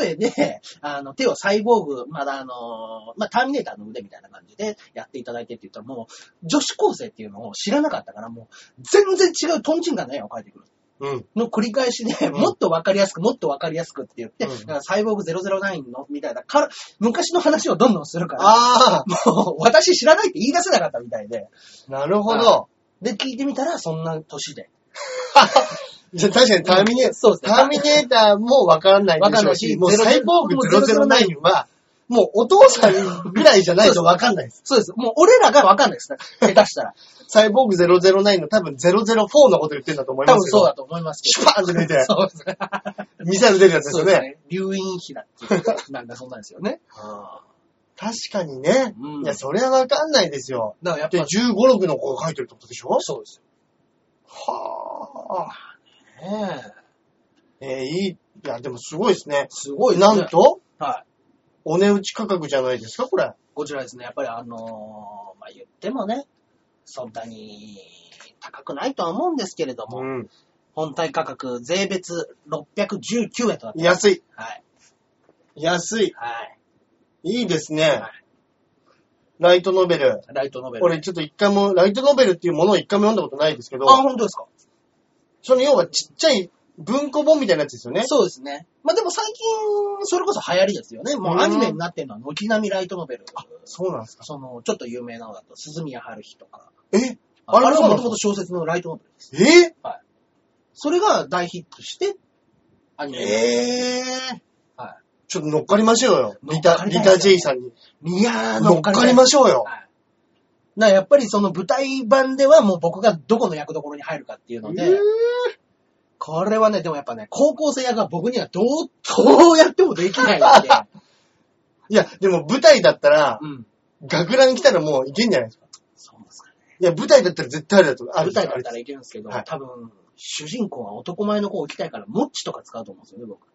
A: 例えで、 あの、手をサイボーグ、まだあの、まあ、ターミネーターの腕みたいな感じでやっていただいてって言ったら、もう、女子高生っていうのを知らなかったから、もう、全然違うトンチンカンの絵を描いてくる。
B: うん。
A: の繰り返しで、
B: うん
A: もっとわかりやすく、もっとわかりやすくって言って、
B: うん
A: だからサイボーグ009の、みたいな、から昔の話をどんどんするから、
B: ああ、
A: もう、私知らないって言い出せなかったみたいで、
B: なるほど。
A: で、聞いてみたら、そんな年で。
B: じゃあ確かにターミネーター、
A: そうですね
B: ターミネーターもわからないで
A: わか
B: しょ
A: んな
B: う
A: い
B: し、
A: し
B: もうサイボーグ009は、もうお父さんぐらいじゃないとわかんないで す。
A: そうです。もう俺らがわかんないですね。下手したら。
B: サイボーグ009の多分004のこと言ってんだと思い
A: 多
B: ま
A: 分
B: すけ
A: そ
B: ど。
A: うだと思います
B: シ
A: け
B: ュパーンって出て
A: ど。、そうですね。
B: ミサイル出るやつです
A: そう
B: よ
A: で
B: ね。
A: すね。留飲費だっていう。なんかそんなんですよね。
B: 確かにね。
A: うん
B: いや、それはわかんないですよ。
A: だからやっぱ
B: で、
A: り、
B: 15、6の子が書いてるってことでしょ
A: そうです
B: はあ。
A: よね。
B: えー、いい。いや、でもすごいですね。
A: すごいです
B: な
A: ね。
B: んと、
A: はい。
B: お値打ち価格じゃないですか、これ。
A: こちらですね、やっぱりあのーまあ、言ってもね、そんなに高くないとは思うんですけれども、
B: うん。
A: 本体価格税別619円となってます。
B: 安い。
A: はい。
B: 安い。
A: はい。
B: いいですね
A: はい。
B: ライトノベル。
A: ライトノベル。
B: 俺、ちょっと一回も、ライトノベルっていうものを一回も読んだことないですけど
A: あ、、本当ですか
B: その要はちっちゃい文庫本みたいなやつですよね。
A: そうですね。まあ、でも最近、それこそ流行りですよね。もう
B: うん
A: アニメになってるのは、軒並みライトノベル。
B: そうなんですか。
A: その、ちょっと有名なのだと、鈴宮春日とか。
B: え
A: あ
B: あれ
A: あれ
B: そう
A: は
B: なの
A: もともと小説のライトノベルで
B: え
A: す。それが大ヒットして、アニメになった。
B: えー
A: は
B: ちょっと乗っかりましょうよ。リタ、
A: 乗っかり
B: リ
A: たいです
B: タ
A: ね
B: J さんに。
A: いやー、
B: 乗っかりましょうよ。
A: はい。な、やっぱりその舞台版ではもう僕がどこの役どころに入るかっていうの
B: えー
A: で、これはね、でもやっぱね、高校生役は僕にはどう、どうやってもできない ので、
B: いや、でも舞台だったら、
A: うん。
B: 学ラン来たらもういけんじゃないですか。
A: そうですかね。
B: いや、舞台だったら絶対あれだと思う。あ
A: 舞台だったら
B: い
A: いけるんですけど、
B: はい
A: 多分、主人公は男前の子を置きたいから、モッチとか使うと思うんですよね、僕。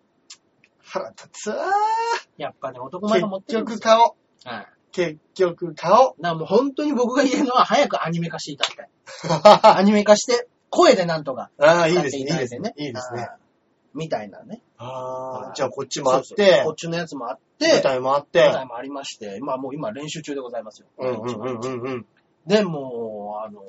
B: 腹立つわ
A: やっぱね、男前が持
B: ー
A: っ。て
B: 結
A: るんで
B: 局
A: すよ。
B: 顔。
A: はい。
B: 結局顔。
A: な、もう本当に僕が言えるのは早くアニメ化していただきたい。アニメ化して、声でなんとか。
B: ああ、いいですね、いい
A: やっ
B: で
A: て
B: す
A: た
B: ね
A: だ。
B: いいですね。
A: あー。みたいなね。
B: あ
A: は
B: あ、
A: い
B: じゃあこっちもあっ
A: そうそう
B: て
A: こっ、ちのやつもあって、
B: 舞台もあって
A: 舞、台もありまして、まあもう今練習中でございますよ。
B: うんうんうんうんうん。
A: で、もう、あの、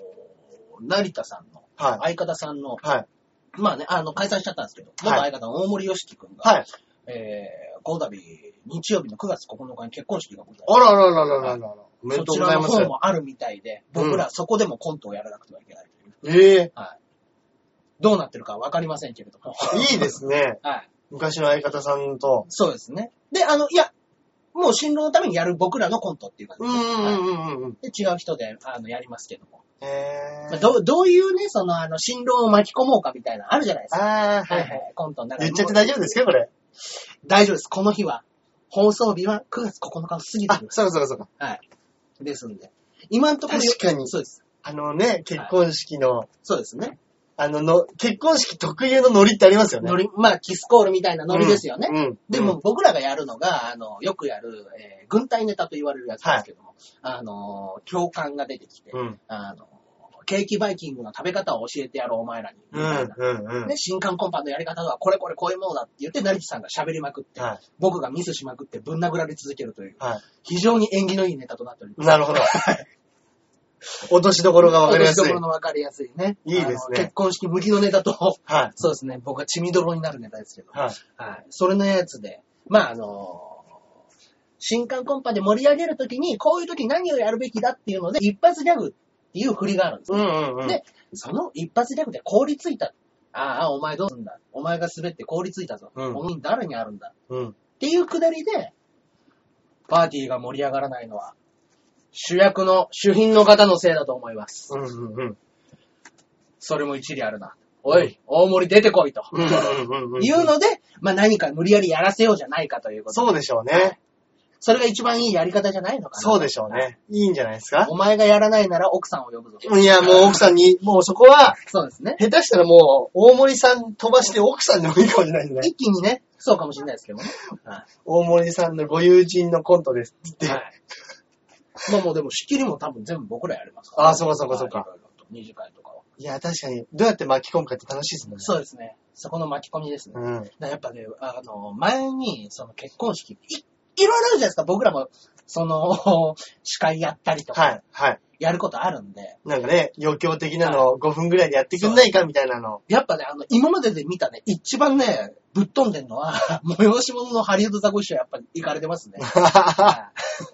A: 成田さんの、
B: は
A: 相方さんの、
B: い。はい。
A: まあね、あの、解散しちゃったんですけど、元
B: はい
A: 相方の大森義樹くんが、
B: はい。
A: えー、この度、日曜日の9月9日に結婚式がございま
B: あららららららら。おめで
A: す。そ
B: とう
A: ち
B: ご
A: ら
B: ざい
A: の
B: ます
A: 方。もあるみたいで、
B: うん
A: 僕らそこでもコントをやらなくてはいけないとい
B: え
A: う。
B: え
A: どうなってるかわかりませんけれども。
B: いいですね。
A: はい。
B: 昔の相方さんと。
A: そうですね。で、あの、いや、もう新郎のためにやる僕らのコントっていう感じ
B: う
A: で
B: ん
A: す。
B: うん
A: はい
B: うんうんうん。
A: で違う人で、あの、やりますけども。
B: え
A: まあ
B: え。
A: どうどういうね、その、あの、新郎を巻き込もうかみたいな、あるじゃないですか。
B: ああ、は
A: はいい
B: は。
A: はいい。コントの中
B: 言っちゃって大丈夫ですかこれ。
A: 大丈夫です。この日は、放送日は9月9日を過ぎ
B: あ
A: て、る。
B: そうかそうかそうか。
A: はい。ですんで。今のところ。
B: 確かに
A: そうです。
B: あのね、結婚式の、
A: そうですね。
B: あのの、結婚式特有のノリってありますよね。
A: ノリ、まあ、キスコールみたいなノリですよね。
B: うんうん。
A: でも、僕らがやるのが、あの、よくやる、えー軍隊ネタと言われるやつですけども、あの、教官が出てきて、
B: うん、
A: あの、ケーキバイキングの食べ方を教えてやろう、お前らに。み
B: うん、
A: たいな。
B: うん、うん。
A: ね、新刊コンパのやり方はこれこれこういうものだって言って、成地さんが喋りまくって、
B: は
A: 僕がミスしまくってぶん殴られ続けるという、
B: い、は
A: 非常に縁起のいいネタとなっておりま
B: い。なるほど。落としどころが
A: す。
B: わかりやす
A: 落とし
B: い
A: どころ。のわかりやすいね。
B: いいですね
A: あの結婚式向きのネタと、
B: はい、
A: そうですね、僕は血みどろになるネタですけど、
B: はい。
A: はい。それのやつで、まあ、あの新刊コンパで盛り上げるときに、こういうとき何をやるべきだっていうので、一発ギャグっていう振りがあるんです。
B: うん、うん、うん。
A: でその一発ギャグで凍りついた。ああ、お前どうすんだ。お前が滑って凍りついたぞ。
B: うん
A: この意味誰にあるんだ。
B: うん。
A: っていうくだりで、パーティーが盛り上がらないのは、主役の主賓の方のせいだと思います。
B: うん、うん、うん。
A: それも一理あるな。おい、大盛り出てこいと。
B: うん、うん、うん。
A: いうので、まあ何か無理やりやらせようじゃないかということ。
B: そうでしょう
A: は
B: ね
A: い。それが一番いいやり方じゃないのかな。
B: そうでしょうね。いいんじゃないですか
A: お前がやらないなら奥さんを呼ぶぞ。
B: いや、もう奥さんに、もうそこは、
A: そうですね。
B: 下手したらもう、大森さん飛ばして奥さんでもいいかもしれないです ね。
A: 一気にね、そうかもしれないですけどね。はい
B: 大森さんのご友人のコントです。つって。
A: はい。まあもうでも仕切りも多分全部僕らやります
B: あーそうかそうかそうか
A: はいいろいろと二次会とかは。
B: いや、確かに、どうやって巻き込むかって楽しいですもんね。
A: そうですね。そこの巻き込みですね。だか
B: うん。
A: らやっぱね、あの、前に、その結婚式、い、いろいろあるじゃないですか。僕らも、その、 司会やったりと
B: は
A: か、
B: い、はい。
A: やることあるんで、
B: なんかね、余興的なのを5分ぐらいでやってくんないかみたいなの。
A: やっぱね、あの、今までで見たね、一番ね、ぶっ飛んでんのは、 催し物のハリウッドザコシショウやっぱり行かれてますね。はい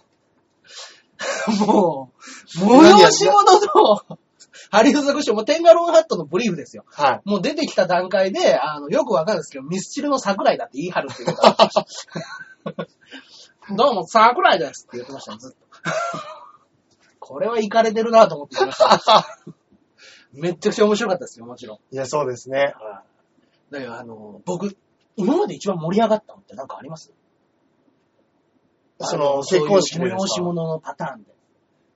A: もう、催し物のハリウッドザコシショウもテンガロンハットのブリーフですよ。
B: はい。
A: もう出てきた段階で、あの、よくわかるんですけど、ミスチルの桜井だって言い張るっていうことはどうも、桜井ですって言ってましたね、ずっと。これはイカれてるなと思って言いました。めっちゃくちゃ面白かったですよ、もちろん。
B: いや、そうですね。
A: だから、あの、僕、今まで一番盛り上がったのって何かあります
B: そ
A: あ
B: の、結婚式
A: そう
B: でで
A: いう
B: す
A: 催し
B: か
A: 物のパターンで。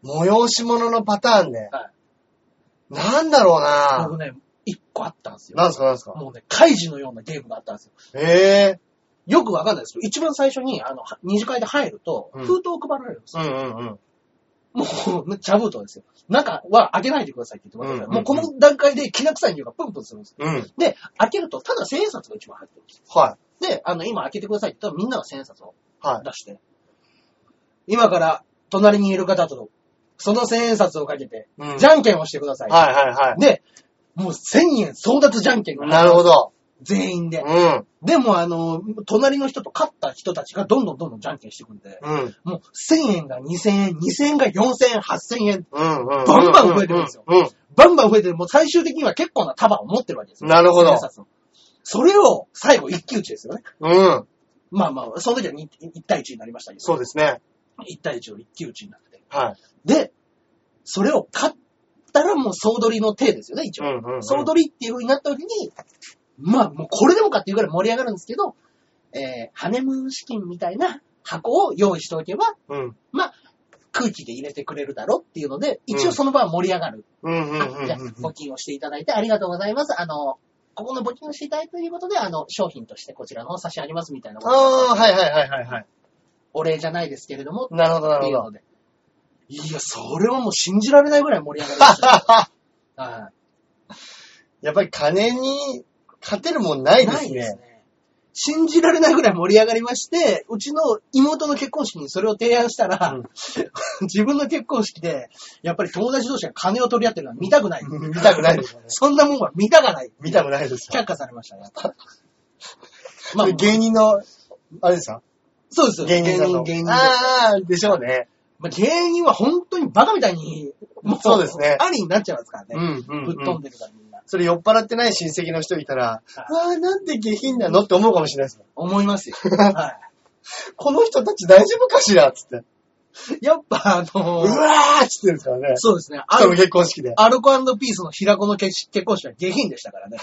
B: 催し物のパターンで。
A: は
B: なんだろう
A: 僕
B: な
A: ね、一個あったんですよ。
B: なんですか、なんですか。
A: もうね、カイジのようなゲームがあったんですよ。
B: ええ
A: よくわかんないですけど、一番最初に、あの、は二次会で入ると、
B: うん
A: 封筒を配られるんです
B: う
A: よ。
B: んうんうん。
A: もう、茶封筒ですよ。中は開けないでくださいって言ってますから、
B: うんうんうん
A: もうこの段階できな臭い匂いがプンプンするんですよ。
B: うん。
A: で、開けると、ただ千円札が一番入ってるんです
B: は
A: よ。で、あの、今開けてくださいって言ったらみんなが千円札を
B: い。はい。
A: 出して、今から隣にいる方と、その千円札をかけて、
B: うん
A: じゃんけんをしてください。
B: はいはいは
A: で、もう千円争奪じゃんけんが
B: い。なるほど。
A: 全員で。
B: うん。
A: でも、あの、隣の人と勝った人たちがどんどんどんどんじゃんけんしていくんで、
B: うん。
A: もう1000円が2000円、2000円が4000円、8000円、
B: うんうん。
A: バンバン増えてるんですよ
B: うん。
A: バンバン増えてる、もう最終的には結構な束を持ってるわけですよ。
B: なるほど
A: 千円札のそれを最後一騎打ちですよね。
B: うん。
A: まあまあ、その時は 1, 対1になりましたけど、
B: そうですね。
A: 1対1を一騎打ちになって。
B: はい。
A: で、それを勝ったらもう総取りの手ですよね、一応。
B: うんうんうん
A: 総取りっていう風になった時に、まあもうこれでもかっていうぐらい盛り上がるんですけど、えー、ハネムーン資金みたいな箱を用意しておけば、
B: うん。
A: 空気で入れてくれるだろっていうので、一応その場は盛り上がる。
B: うんうんうん
A: あじゃあ
B: うん。
A: 募金をしていただいてありがとうございます。あの、ここの募金をしていただいたということで、あの、商品としてこちらの方差し上げますみたいなこと
B: ああー、はいはいはいはいはい。
A: お礼じゃないですけれども、
B: なるほどな
A: っ
B: る
A: て
B: ほ
A: いう
B: ど。
A: ので。いや、それはもう信じられないぐらい盛り上がりま したね。は
B: やっぱり金に勝てるもんない
A: い
B: ですね。
A: ね。信じられないぐらい盛り上がりまして、うちの妹の結婚式にそれを提案したら、
B: う
A: 自分の結婚式で、やっぱり友達同士が金を取り合ってるのは見たくない。
B: 見たくないですよね。
A: そんなもんは見たがない。
B: 見たくないですよ。
A: 却下されましたね。 まあ、
B: 芸人の、あれですか
A: そうですよ。
B: 芸人さんの。
A: 芸人芸人です
B: ああ、でしょうね。
A: まあ芸人は本当にバカみたいに、も
B: そうですね
A: ありになっちゃいますか
B: う
A: らね。
B: んうん
A: ぶっ
B: う
A: 飛ん
B: ん。
A: でるからみんな。
B: それ酔っ払ってない親戚の人いたら、ああ、なんで下品なのって思うかもしれないですもん。
A: 思 いますよ。は
B: この人たち大丈夫かしらつって。
A: い。やっぱ、あ
B: う
A: のー
B: わーっつってるんですからね。
A: そうですね。ア
B: 人の
A: ル
B: 結婚式 で。
A: アルコピースの平子の結結婚式は下品でしたからね。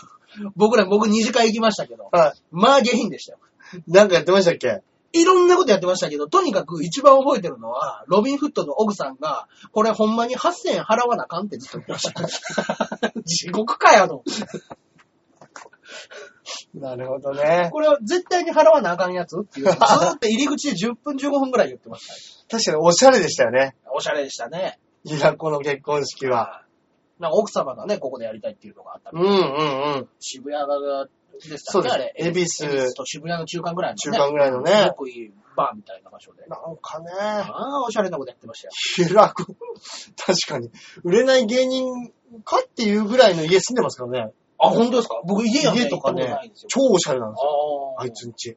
A: 僕ら、僕二次会行きましたけど、
B: は
A: まあ下品でしたよ。
B: い。 なんかやってましたっけ
A: いろんなことやってましたけど、とにかく一番覚えてるのは、ロビンフットの奥さんが、これほんまに8000円払わなあかんってずっと言ってました。地獄かよ、と。
B: なるほどね。
A: これは絶対に払わなあかんやつっていうのを、ずーっと入り口で10分15分ぐらい言ってましたね。
B: 確かにおしゃれでしたよね。
A: おしゃれでしたね。
B: 平子の結婚式は。
A: なんか奥様がね、ここでやりたいっていうのがあったみ
B: う
A: た
B: ん
A: い
B: うん
A: で
B: うん。
A: 渋谷が、です
B: そ
A: か
B: うで
A: ね、
B: す
A: あれ。
B: 恵比寿
A: 恵比寿と渋谷の中間ぐらいの、ね。
B: 中間ぐらいのね
A: すごくいいバーみたいな場所で。
B: なんかね、
A: ああ、おしゃれなことやってましたよ。
B: 平子、確かに。売れない芸人かっていうぐらいの家住んでますからね。
A: あ、本当ですか僕家やん
B: 家とか
A: 行ったことな
B: ね
A: いんです、よ
B: 超おしゃれなんですよ。
A: ああ。
B: あいつんち。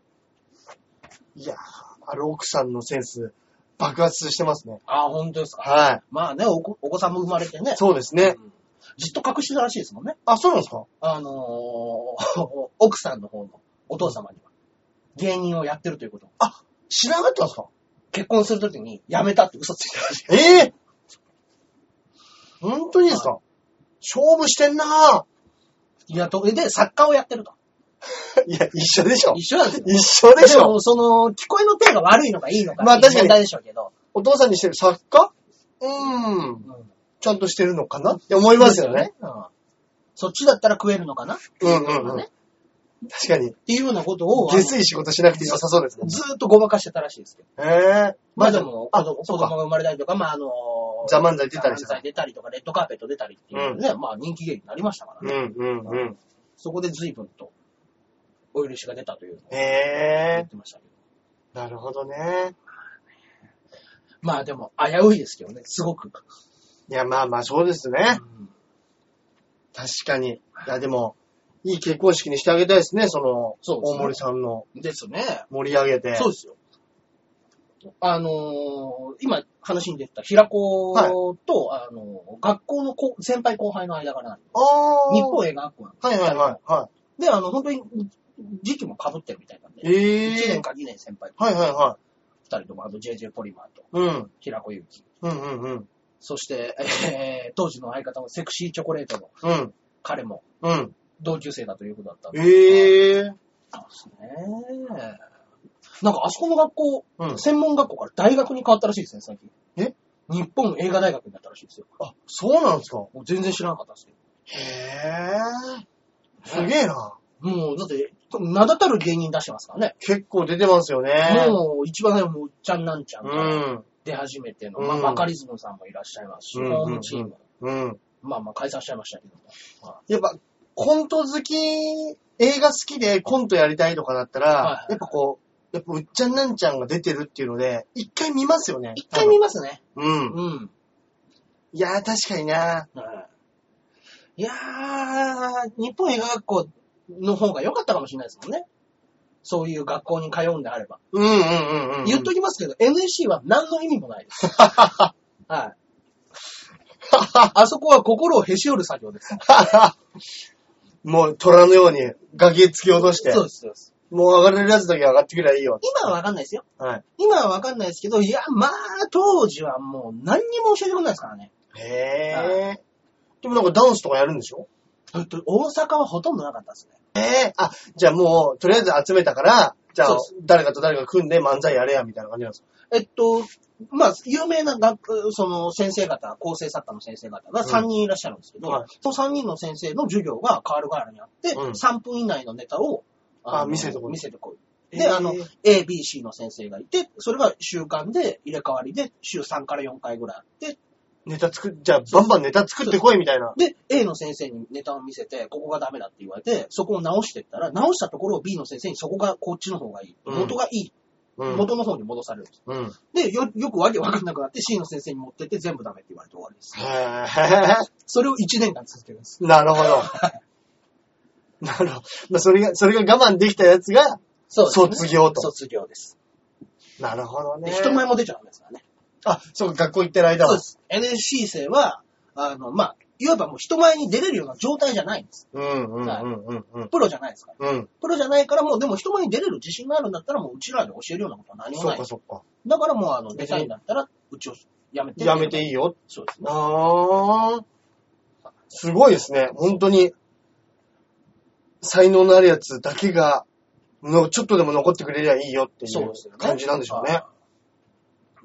B: いやー、あれ奥さんのセンス、爆発してますね。
A: ああ、本当ですか。
B: は
A: まあねお子、お子さんも生まれてね
B: い。。そうですね。
A: うんじっと隠してたらしいですもんね。
B: あ、そうなんですか
A: あのー 奥さんの方のお父様には、芸人をやってるということを
B: 知らなかったんですか
A: 結婚するときに辞めたって嘘ついてたらしい。
B: ええ本当にですか勝負してんなぁ。
A: いや、と、で、作家をやってると。
B: いや、一緒でしょ。
A: 一緒なんですよ。
B: 一緒でしょ。
A: も、その、聞こえの手が悪いのかいいのか、
B: まあ確かに
A: 問題でしょうけど。
B: お父さんにしてる作家うーん。
A: うん。
B: ちゃんとしてるのかなって思いますよね。
A: うん。そっちだったら食えるのかなっていうのがね。
B: 確かに。
A: っていうようなことを、あ
B: 下
A: の
B: 水仕事しなくて良さそうですね。
A: ずーっとごまかしてたらしいですけど。
B: へえ。
A: まあでも、
B: あ
A: あの、子
B: そう
A: 供
B: か
A: が生まれたりとか、まああの、
B: ザ漫才出たりした
A: ザ漫才出たりとか、レッドカーペット出たりっていうね、まあ人気芸人になりましたから
B: う
A: ね。
B: んうんうん。
A: そこで随分と、お許しが出たというのを
B: へ
A: 言っ
B: え。
A: てましたけど。
B: なるほどね。
A: まあでも、危ういですけどね、すごく。
B: いや、まあまあ、そうですね。
A: うん
B: 確かに。いや、でも、いい結婚式にしてあげたいですね、その、
A: そうですね
B: 大森さんの
A: ですね。
B: 盛り上げて。
A: そうですよ。あのー今話に出てた平子と、あのー学校の後先輩後輩の間がなんで
B: ああ。
A: 日本映画学校なんで
B: はいはいはい。は
A: で、あの、本当に時期も被ってるみたいなん
B: い。
A: で、
B: え
A: 1
B: え
A: 年。か2年先輩と
B: はいはいは
A: 二人とも、あと JJ ポリマーと
B: い。うん。
A: 平子祐希、
B: うんうんうん。
A: そして、えー当時の相方のセクシーチョコレートの
B: うん。
A: 彼も
B: うん。
A: 同級生だということだったんで
B: ええ
A: すね。なんかあそこの学校、
B: うん。
A: 専門学校から大学に変わったらしいですね、最近。
B: え
A: 日本映画大学になったらしいですよ。あ、
B: そうなんですか
A: もう全然知らなかったですけど。
B: へえ。すげえな。
A: もう、だって、名だたる芸人出してますからね。
B: 結構出てますよね。
A: もう、一番最後、もう、うっちゃんなんちゃん
B: う
A: が
B: ん。
A: 出始めての、
B: うん
A: まあ、バカリズムさんもいらっしゃいますし、
B: うん
A: ホームチーム、
B: うん。
A: まあまあ、解散しちゃいましたけども。
B: やっぱ、コント好き、映画好きでコントやりたいとかだったら、
A: はいはい
B: やっぱこう、やっぱうっちゃんなんちゃんが出てるっていうので、一回見ますよね。
A: 一回見ますね。
B: 多分うん。
A: うん。
B: いやー確かにな。
A: はいいやー、日本映画学校の方が良かったかもしれないですもんね。そういう学校に通うんであれば。
B: うんうんうんうん、うん。
A: 言っときますけど、NSC は何の意味もないです。はい。あそこは心をへし折る作業です。
B: もう虎のように崖突き落として、
A: そうです、そうです。
B: もう上がれるやつだけ上がってくりゃいいよ。
A: 今はわかんないですよ。
B: はい。
A: 今はわかんないですけど、いや、まあ、当時はもう何にも教えてくれないですからね。
B: へえ。でもなんかダンスとかやるんでしょ
A: えっと大阪はほとんどなかったですね。
B: ええあ、じゃあもう、とりあえず集めたから、じゃあ
A: そうで、
B: 誰かと誰か組んで漫才やれや、みたいな感じなんですか
A: えっと、まあ、有名な学、その先生方、構成作家の先生方が3人いらっしゃるんですけど、
B: うんはい
A: その3人の先生の授業がカールガールにあって、
B: うん
A: 3分以内のネタを、
B: あ
A: の
B: 見せてこい
A: 見せてこい。
B: え
A: で、
B: ー
A: あの、A、B、C の先生がいて、それが週間で入れ替わりで、週3から4回ぐらいあって、
B: ネタ作っ、じゃあバンバンネタ作ってこいみたいな。
A: で、A の先生にネタを見せて、ここがダメだって言われて、そこを直してったら、直したところを B の先生にそこがこっちの方がいい。
B: うん
A: 元がいい。
B: うん。
A: 元の方に戻されるんです。
B: うん。へ
A: で、よ、よくわけわかんなくなって C の先生に持ってって全部ダメって言われて終わりです。
B: え。
A: それを1年間続けるんです。
B: なるほど。 なるほど。まあ、それが、それが我慢できたやつが、
A: そ
B: 卒業と
A: 卒業です。
B: なるほどね。
A: で、人前も出ちゃうんですからね。
B: あ、そうか、学校行ってる間
A: そう
B: は
A: で。す。NSC 生は、あの、まあ、いわばもう人前に出れるような状態じゃないんです。
B: うんうんうんうんうん。
A: プロじゃないですから。
B: うん。
A: プロじゃないからもう、でも人前に出れる自信があるんだったらもううちらで教えるようなことは何も
B: そ
A: な
B: っ
A: い
B: か。そっか。
A: だからもう、あの、出たいんだったら、うちをやめて。
B: やめていいよ。
A: そうですね。
B: あー。すごいですね。本当に、才能のあるやつだけが、の、ちょっとでも残ってくれりゃいいよってい
A: そう
B: う
A: ですよね。
B: 感じなんでしょう
A: はい
B: ね。。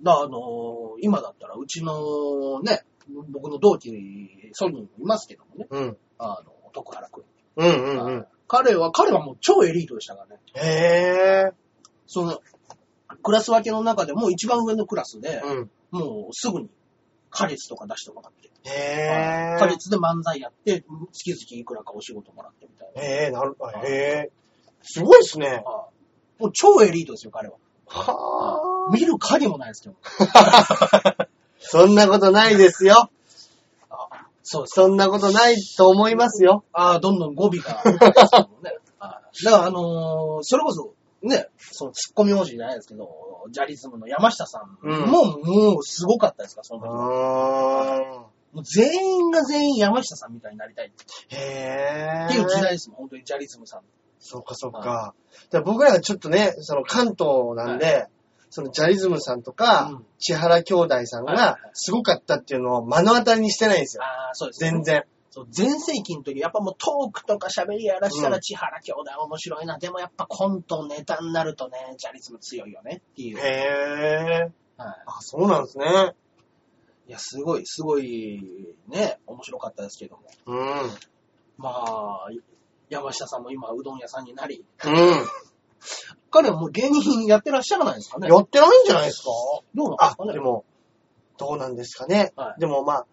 A: だあのー今だったら、うちのね、僕の同期、ソニーもいますけどもね、
B: うん。
A: あの、徳原くん。
B: うんうんうん。
A: 彼は、彼はもう超エリートでしたからね。
B: へえ。
A: その、クラス分けの中でも一番上のクラスで、
B: うん。
A: もうすぐに、カレツとか出してもらって、
B: へえ。
A: カレツで漫才やって、月々いくらかお仕事もらってみたいな。
B: へえ、なる、あへえ。すごいですね。
A: はいもう超エリートですよ、彼は。
B: は
A: 見る影もないですけど。
B: そんなことないですよ。
A: あそうです。
B: そんなことないと思いますよ。
A: ああ、どんどん語尾 が、ね。だから、あのーそれこそ、ね、そのツッコミ王子じゃないですけど、ジャリズムの山下さん
B: うん
A: も、もうすごかったですから、その
B: う
A: 時は
B: ーん。
A: もう全員が全員山下さんみたいになりたいっ
B: へえ。
A: ていう時代ですもん、本当にジャリズムさん。
B: そうかそうか。だから僕らがちょっとね、その関東なんで、そのジャリズムさんとか、
A: うん
B: 千原兄弟さん
A: はいはい
B: が
A: はい
B: すごかったっていうのを目の当たりにしてないんですよ。
A: ああ、そうです。
B: 全。然。
A: そう、全盛期の時、やっぱもうトークとか喋りやらした
B: う
A: ら
B: ん
A: 千原兄弟面白いな。でもやっぱコントネタになるとね、ジャリズム強いよねっていう。はい。
B: へえ。あ、そうなんですね。
A: いや、すごい、すごい、ね、面白かったですけども。
B: うん。うん。
A: まあ、山下さんも今、うどん屋さんになり、 彼はもう芸人やってらっしゃらないですかね
B: や。ってないんじゃないですか
A: どうなんです
B: あ
A: か、ね
B: で。も、どうなんですかね。
A: はい
B: でもまあ、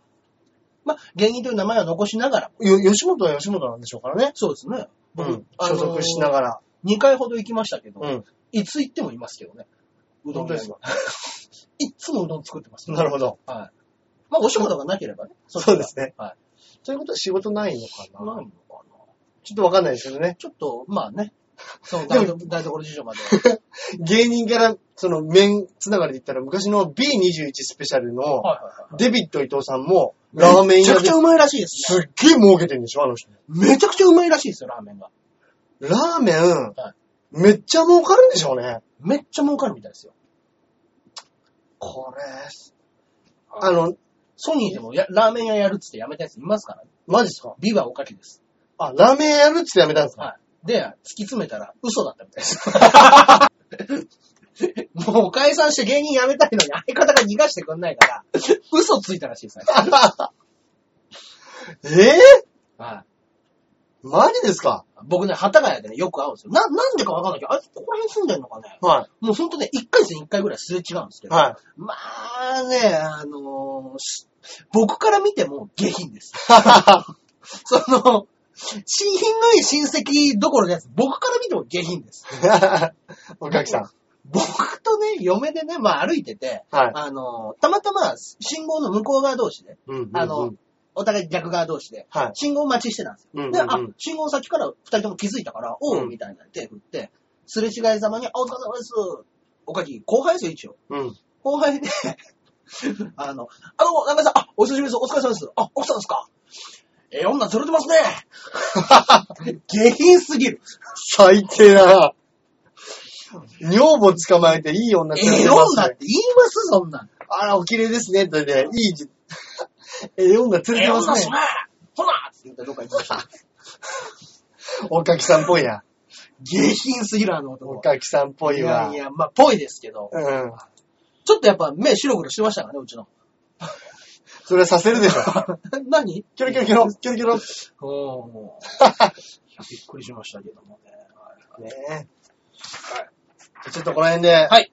A: まあ、芸人という名前は残しながら、
B: よ、吉本は吉本なんでしょうからね。
A: そうですね。僕
B: うん。所属しながら。
A: 2回ほど行きましたけど、
B: うん。
A: いつ行ってもいますけどね。うどん屋には。 いっつもうどん作ってます、
B: なるほど。
A: ど。はい。まあ、お仕事がなければね。っち
B: そ
A: が
B: うですね。
A: は
B: ということは仕事ないの
A: ない
B: か
A: の
B: な
A: かな。
B: ちょっとわかんないですけどね。
A: ちょっと、まあね、そう、
B: でも
A: 台所台所事情 まで。
B: 芸人から、その、面つながりで言ったら、昔の B21 スペシャルの、
A: はいはいはい。
B: デビット伊藤さんも、ラーメン
A: めちゃ
B: 屋
A: く
B: で
A: ちゃうまいらしいです
B: すっげえ儲けてるんでしょ、あの人。
A: ね。めちゃくちゃうまいらしいですよ、ラーメンが。
B: ラーメン、
A: は
B: めっちゃ儲かるんでしょうね。
A: めっちゃ儲かるみたいですよ。
B: これ、あの、
A: ソニーでもやラーメン屋やるっつってやめたやついますからね。
B: マジっすか
A: ビはおかきです。
B: あ、ラーメン屋やるっつってやめたんですか、
A: はい。で、突き詰めたら嘘だったみたいです。 もう解散して芸人辞めたいのに相方が逃がしてくんないから、嘘ついたらしいですね。
B: えぇ、
A: はい。
B: マジですか
A: 僕ね、旗ヶ谷でね、よく会うんですよ。な、なんでかわかんないけど、あいつここら辺住んでんのかね
B: は
A: もうほんとね、一回戦一回ぐらいすれ違うんですけ
B: い。
A: ど、
B: は
A: まあね、あのーし僕から見ても下 品です。
B: い。
A: その、新品のいい親戚どころのやつ、僕から見ても下品です。
B: おかきさん。
A: 僕とね、嫁でね、まあ歩いてて、
B: はい。
A: あのーたまたま信号の向こう側同士で、
B: うんうんうん
A: あの、お互い逆側同士で、
B: はい。
A: 信号待ちしてたんですよ。
B: うんうんうん
A: で、あ、信号先から二人とも気づいたから、お
B: う
A: う、
B: ん
A: みたいな手振って、すれ違いざまに、あ、お疲れ様です。おかき、後輩ですよ、一応。
B: うん。
A: 後輩で、 あの、あの、中井さん、あ、お久しぶりです。お疲れ様です。あ、奥さんですかええ女連れてますね。 下品すぎる。
B: 最低だな。女房捕まえていい女
A: え
B: 連れ
A: え
B: てますね
A: 女って言いますそんなん。
B: あら、お綺麗ですね。とで、いいじ、 ええ女連
A: え
B: れ
A: え
B: てます
A: 女っす
B: ね
A: ね。。ほなって言ってどっか行きました。
B: おかきさんっぽい な。
A: 下品すぎる、あの男。
B: おかきさんっぽいわ。
A: やいや、まあ、ぽいですけど。
B: うん。
A: ちょっとやっぱ目白黒してましたからね、うちの。
B: それはさせるでしょ。
A: 何
B: キョロキョロキョロ、キョロキョロ。
A: おーもういやびっくりしましたけどもね。
B: ねえ。ちょっとこの辺で。
A: はい。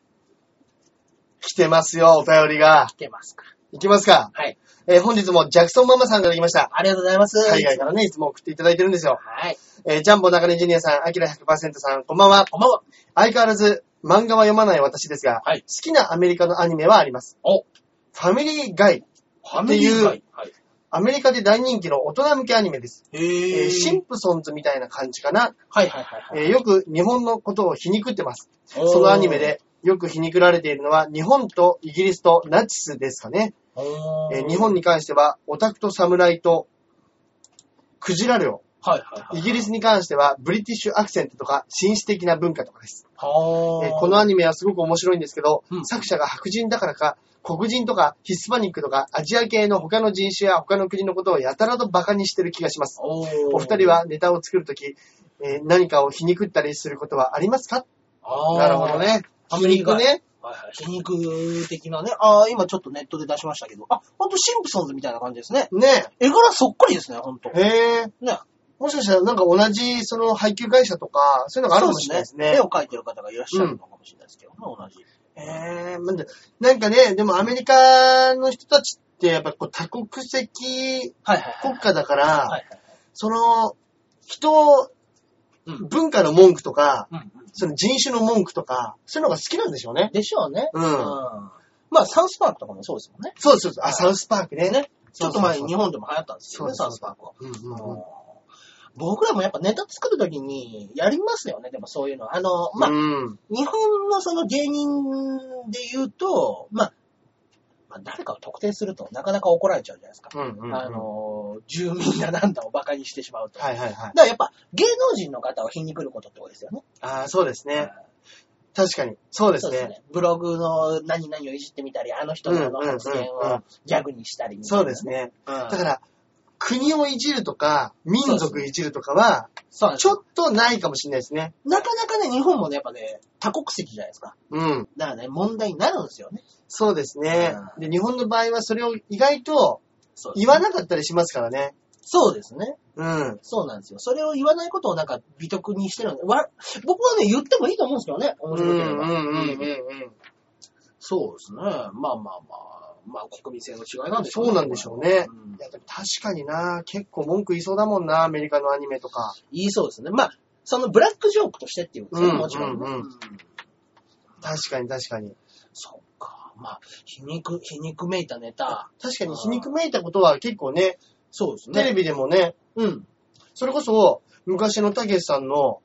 B: 来てますよ、お便りが。
A: 来てますか。
B: いきますか。
A: はい。
B: えー本日もジャクソンママさんから来ました。
A: ありがとうございます。
B: 海外からね、いつも送っていただいてるんですよ。
A: はい。
B: えージャンボ中根ジュニアさん、アキラ100%さん、こんばんは。
A: こんばんは。
B: 相変わらず、漫画は読まない私ですが、
A: はい
B: 好きなアメリカのアニメはあります。
A: お
B: ファミリーガイ。
A: ファ
B: ミリー会
A: はい。
B: アメリカで大人気の大人向けアニメです。
A: へ
B: え
A: ぇ
B: ーシンプソンズみたいな感じかな。
A: はいはいはいは
B: え
A: い。
B: ーよく日本のことを皮肉ってます。
A: おー
B: そのアニメ。でよく皮肉られているのは日本とイギリスとナチスですかね。
A: おー
B: えー日本に関してはオタクと侍とクジラ漁。
A: はいはいはい。
B: イギリスに関してはブリティッシュアクセントとか紳士的な文化とかです。
A: は
B: えーこのアニメはすごく面白いんですけど、
A: うん
B: 作者が白人だからか黒人とかヒスパニックとかアジア系の他の人種や他の国のことをやたらとバカにしてる気がします。
A: おー
B: お二人、はネタを作るとき、えー何かを皮肉ったりすることはありますか
A: あー
B: なるほど。ね。
A: あー
B: 皮肉ね。
A: はいはい。皮肉的なね。ああ、今ちょっとネットで出しましたけど。あ、ほんとシンプソンズみたいな感じですね。
B: ね
A: 絵柄そっくりですね、ほんと。
B: え。へえ。
A: ね。
B: もしかしたらなんか同じその配給会社とか、そういうのがあるかもしれないですね
A: 絵。を描いてる方がいらっしゃるのかもしれないですけどね、同じ。
B: ええなんでなんかね、でもアメリカの人たちってやっぱこう多国籍
A: はいはいはい。
B: 国家だから、
A: はいはい。
B: その人、
A: うん
B: 文化の文句とか、
A: うんうん。
B: その人種の文句とか、そういうのが好きなんでしょうね。
A: でしょうね。
B: うん
A: まあ、サウスパークとかもそうですもんね。
B: そうです、そうです。あ、サウスパークね。
A: ね。ちょっと前に日
B: 本。
A: 本でも流行ったんですよね、
B: そ
A: サ
B: う
A: ウ
B: そう
A: ス
B: そう
A: パークは。
B: うんうんうん
A: もう僕らもやっぱネタ作るときにやりますよね、でもそういうの。あの、まあ、
B: うん。
A: 日本のその芸人で言うと、まあ、まあ、誰かを特定するとなかなか怒られちゃうじゃないですか。
B: うんうんうん
A: あの、住民がなんだを馬鹿にしてしまうと。
B: はいはいはい
A: だ。からやっぱ芸能人の方を皮肉ることって多いですよね。
B: ああ、そうですね。確かに。そうです
A: そうです
B: ね。
A: ね。ブログの何々をいじってみたり、あの人のあの発言
B: うんうんうんう
A: を
B: ん
A: ギャグにしたりみたい
B: そ
A: な
B: うです。ね。
A: うん
B: だから、国をいじるとか、民
A: そう
B: 族いじるとかは、
A: そうなんです
B: ちょっとないかもしれないですね。
A: なかなかね、日本もね、やっぱね、多国籍じゃないですか。
B: うん。
A: だからね、問題になるんですよね。
B: そうですね。
A: う
B: で、日本の場合はそれを意外と
A: そう
B: 言わなかったりしますからね。
A: そうですね。
B: うん。
A: そうなんですよ。それを言わないことをなんか美徳にしてるんで、わ僕はね、言ってもいいと思うんですけどね。面
B: うんう
A: 白
B: ん
A: ければ。
B: うんうん
A: うん
B: うん。
A: そうですね。まあまあまあ、まあ国民性の違いなんでしょう
B: そうなんでしょうね
A: ん
B: いやでも確かにな、結構文句言いそうだもんな、アメリカのアニメとか。
A: 言いそうですね。まあ、そのブラックジョークとしてっていうんですよ、
B: うん
A: もちろんね。
B: うんうん確かに確かに。
A: そっか。まあ、皮肉、皮肉めいたネタ。
B: 確かに皮肉めいたことは結構ね、
A: そうですね。
B: テレビでもね、
A: うん。
B: それこそ昔のたけしさんの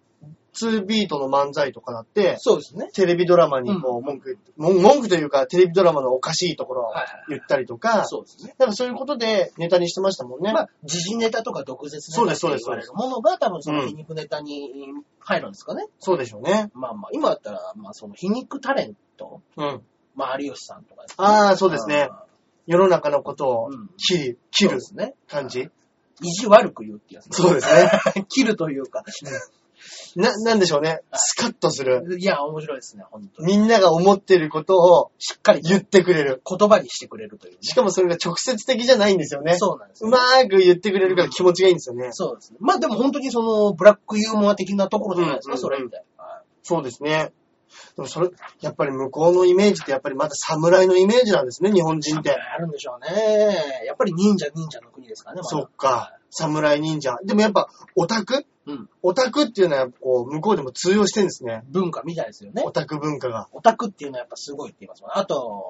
B: 2ビートの漫才とかだって、
A: そうですね。
B: テレビドラマにこう文句、文文句というか、テレビドラマのおかしいところを
A: はいはいはい
B: 言ったりとか、
A: そうですね。
B: なんかそういうことでネタにしてましたもんね。
A: まあ、時事ネタとか毒舌ネタって言われるものが多分その皮肉ネタに入るんですかね。
B: そうでしょうね。
A: まあまあ、今だったら、まあその皮肉タレント、
B: うん。
A: まあ有吉さんとかですね
B: ああ、そうですね。
A: あ
B: 世の中のことを
A: うん
B: 切り、
A: ー
B: 切
A: そう
B: る
A: ですね。
B: 感じ。
A: 意地悪く言うってやつ、
B: そうですね。
A: 切るというか。
B: な、なんでしょうね。スカッとする。
A: いや、面白いですね、本当に。
B: みんなが思ってることを
A: しっかり
B: 言ってくれる。
A: 言葉にしてくれるというね、
B: しかもそれが直接的じゃないんですよね。
A: そうなんです
B: うま
A: よ。
B: ーく言ってくれるから気持ちがいいんですよね。
A: そうですね。まあでも本当にその、ブラックユーモア的なところじゃないですか、
B: うんうんうん
A: それって。は
B: そうですね。でもそれ、やっぱり向こうのイメージってやっぱりまだ侍のイメージなんですね、日本
A: い
B: 人って。
A: あるんでしょうね。やっぱり忍者忍者の国ですからね、まだ
B: そっか。侍忍者。でもやっぱオタク
A: うん。
B: オタクっていうのはやっぱこう、向こうでも通用してるんですね。
A: 文化みたいですよね
B: オ。タク文化が。
A: オタクっていうのはやっぱすごいって言いますもんあと、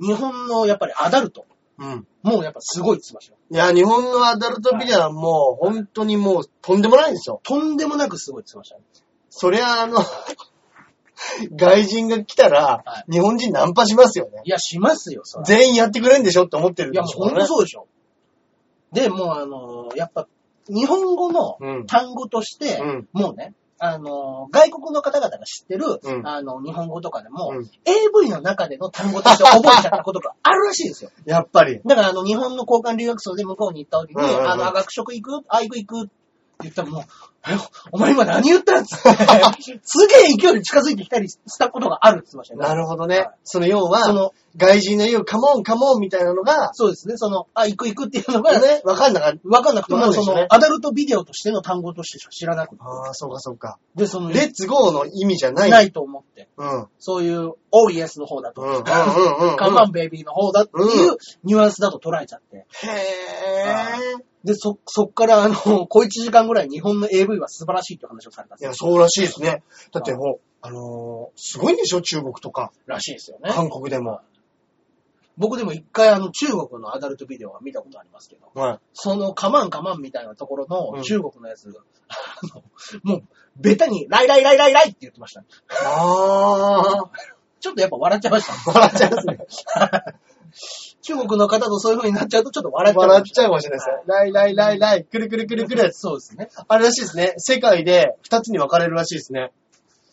A: 日本のやっぱりアダルト。
B: うん。
A: もうやっぱすごいって言いますよ。
B: いや、日本のアダルトビデオはもう、本当にもう、とんでもないんですよ。
A: とんでもなくすごいって言いましたね。
B: そりゃ、あの、 外人が来たら
A: は、
B: 日本人ナンパしますよね。
A: いや、しますよ、それ。
B: 全員やってくれんでしょって思ってるん
A: い
B: で
A: や、
B: し
A: もう
B: ょう
A: ほん
B: ね
A: と。そうでしょ。で、もうあの、やっぱ、日本語
B: う
A: の
B: ん
A: 単語として、
B: うん
A: もうね、あの、外国の方々が知ってる、
B: うん
A: あの、日本語とかでも、
B: うん
A: AV の中での単語として覚えちゃったことがあるらしいんですよ。
B: やっぱり。
A: だから、あの、日本の交換留学生で向こうに行った時に、
B: うんうんうん
A: あの、あ学食行くあ、行く行くって言ったらもう、えお前今何言ったっつって、 すげえ勢いで近づいてきたりしたことがあるって言ってましたよね。
B: なるほどね
A: はい。
B: その要
A: そ
B: は、
A: の、
B: 外人の言うカモンカモンみたいなのが、
A: そうですね、その、あ、行く行くっていうのが、
B: ね、わかんなかった。
A: わかんなくて
B: わか
A: も、
B: んない
A: そ
B: ですね
A: の、アダルトビデオとしての単語としてしか知らなくて。
B: ああ、そうかそうか。
A: で、その、
B: レッツゴーの意味じゃない。
A: ないと思って。
B: うん。
A: そういう、オーイエスの方だと
B: うん。うん。うん。うん。
A: カマンベイビーの方だっていうニュアンスだと捉えちゃって。
B: へえ。
A: で、そ、そっから、あの、小1時間ぐらい日本の AV は素晴らしいっていう話をされたん
B: い
A: です
B: や、
A: よ。
B: そうらしいですね。だってもう、あのー、すごいんでしょ中国とか、
A: らしいですよね。
B: 韓国でも。
A: 僕でも一回あの中国のアダルトビデオは見たことありますけど、
B: はい。
A: そのカマンカマンみたいなところ
B: うん
A: の中国のやつ、あの、もう、ベタに、ライライライライライって言ってました。
B: ああ。
A: ちょっとやっぱ笑っちゃいました。
B: 笑っちゃいますね。
A: 中国の方とそういう風になっちゃうとちょっと笑っちゃう。
B: 笑っちゃうかもしれないですね。ライライライライ、くるくるくるくる。
A: そうですね。
B: あれらしいですね。世界で二つに分かれるらしいですね。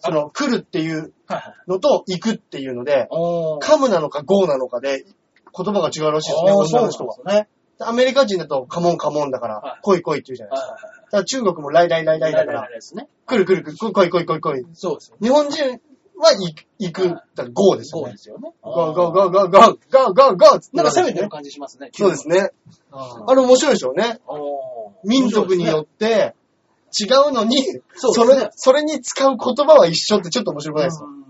B: あの、来るっていう
A: はいはい。
B: のと行くっていうので、
A: おー。
B: カムなのかゴーなのかで言葉が違うらしいですね、
A: あー
B: 女の人は
A: そう。なんですね。
B: アメリカ人だとカモンカモンだから、
A: はい
B: 来い来いって言うじゃない
A: は
B: です
A: い
B: か。
A: はいはい
B: ただ中国もライライライライだか
A: ライライラ
B: ら
A: イ、ですね。
B: 来る来る来る、来い来い来い来い。
A: そうですよね。
B: 日本人は行く、行く、だからゴーですよ
A: そう
B: ね
A: で。すよね。
B: ゴーゴーゴーゴーゴーゴーゴーゴーっつって
A: なんか攻めて
B: る
A: る
B: わ
A: 感じしますね。
B: けですね。そうですね。
A: 中国。
B: あれ面白いでしょうね。
A: あおー
B: 民族によって違うのに、
A: そう
B: そ
A: ですね
B: れ、それに使う言葉は一緒ってちょっと面白くないですか、
A: うん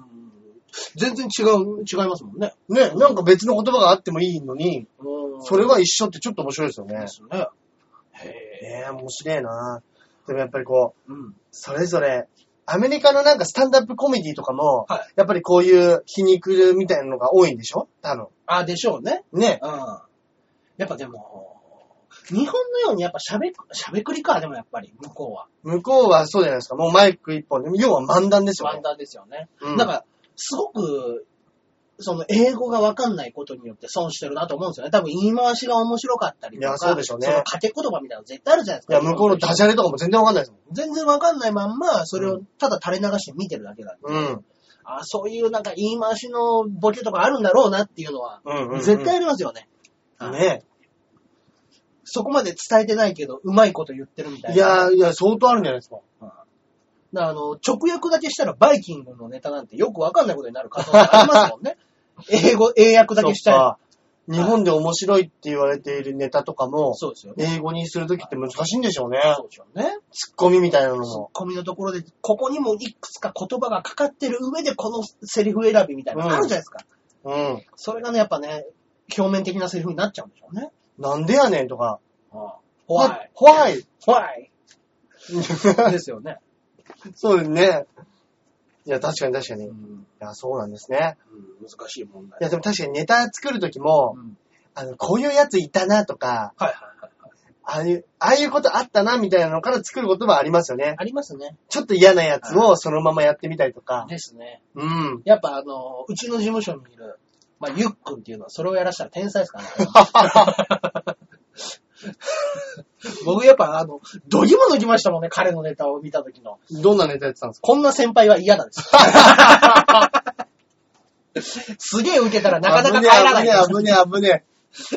A: 全然違う、違いますもんね。
B: ね、なんか別の言葉があってもいいのに、そ
A: そ
B: れは一緒ってちょっと面白いですよね
A: で。すね。
B: ええ面白いなでもやっぱりこう、
A: うん。
B: それぞれ、アメリカのなんかスタンダップコメディとかも、
A: はい
B: やっぱりこういう皮肉みたいなのが多いんでしょ多分。
A: あ、でしょうね。
B: ね。
A: うん。やっぱでも、日本のようにやっぱしゃべ、しゃべくりか、でもやっぱり、向こうは。
B: 向こうはそうじゃないですか。もうマイク一本で、要は漫談ですよ
A: ワ
B: ね
A: ン。ダーですよね。
B: うん
A: だから、すごく、その、英語がわかんないことによって損してるなと思うんですよね。多分、言い回しが面白かったりとか、
B: いやそうでしょうね
A: の、掛け言葉みたいなの絶対あるじゃないです
B: い
A: か。
B: や、向こうのダジャレとかも全然わかんないですもん。
A: 全然わかんないまんま、それをただ垂れ流して見てるだけなんで、
B: うん。
A: あ、そういうなんか言い回しのボケとかあるんだろうなっていうのは、
B: うんうんうん
A: 絶対ありますよね。はい
B: ね
A: そこまで伝えてないけど、うまいこと言ってるみたいな。
B: いや、いや、相当あるんじゃないですか。
A: だからあの、直訳だけしたらバイキングのネタなんてよくわかんないことになる可能性ありますもん ね。英語、英訳だけしたら。
B: そっか日本で面白いって言われているネタとかも、
A: そうですよね。
B: 英語にするときって難しいんでしょうね。
A: そうでしょうね。
B: ツッコミみたいなの
A: ツッ
B: も。
A: コミのところで、ここにもいくつか言葉がかかってる上で、このセリフ選びみたいなのあるじゃないですか。
B: うん。
A: それがね、やっぱね、表面的なセリフになっちゃうんでしょうね。
B: なんでやねんとか。
A: ホワイ。
B: ホワイ
A: ホワ イ。ですよね。
B: そうですね。いや、確かに確かに。い
A: うん
B: や、そうなんですね。
A: 難しい問題。
B: いや、でも確かにネタ作るときも、
A: うん
B: あの、こういうやついたなとか、
A: はいはいはいはい。
B: ああいう、ああいうことあったな、みたいなのから作ることはありますよね。
A: ありますね。
B: ちょっと嫌なやつをそのままやってみたりとか。
A: ですね。
B: うん。
A: やっぱあの、うちの事務所にいる、まあ、ゆっくんっていうのはそれをやらしたら天才ですからね。 僕やっぱあの、どぎもどぎましたもんね、彼のネタを見た時の。
B: どんなネタやってたんですか
A: こんな先輩は嫌だです。 すげえ受けたらなかなか帰らな
B: 危
A: い。
B: ねえ、危ねえ、危ねえ。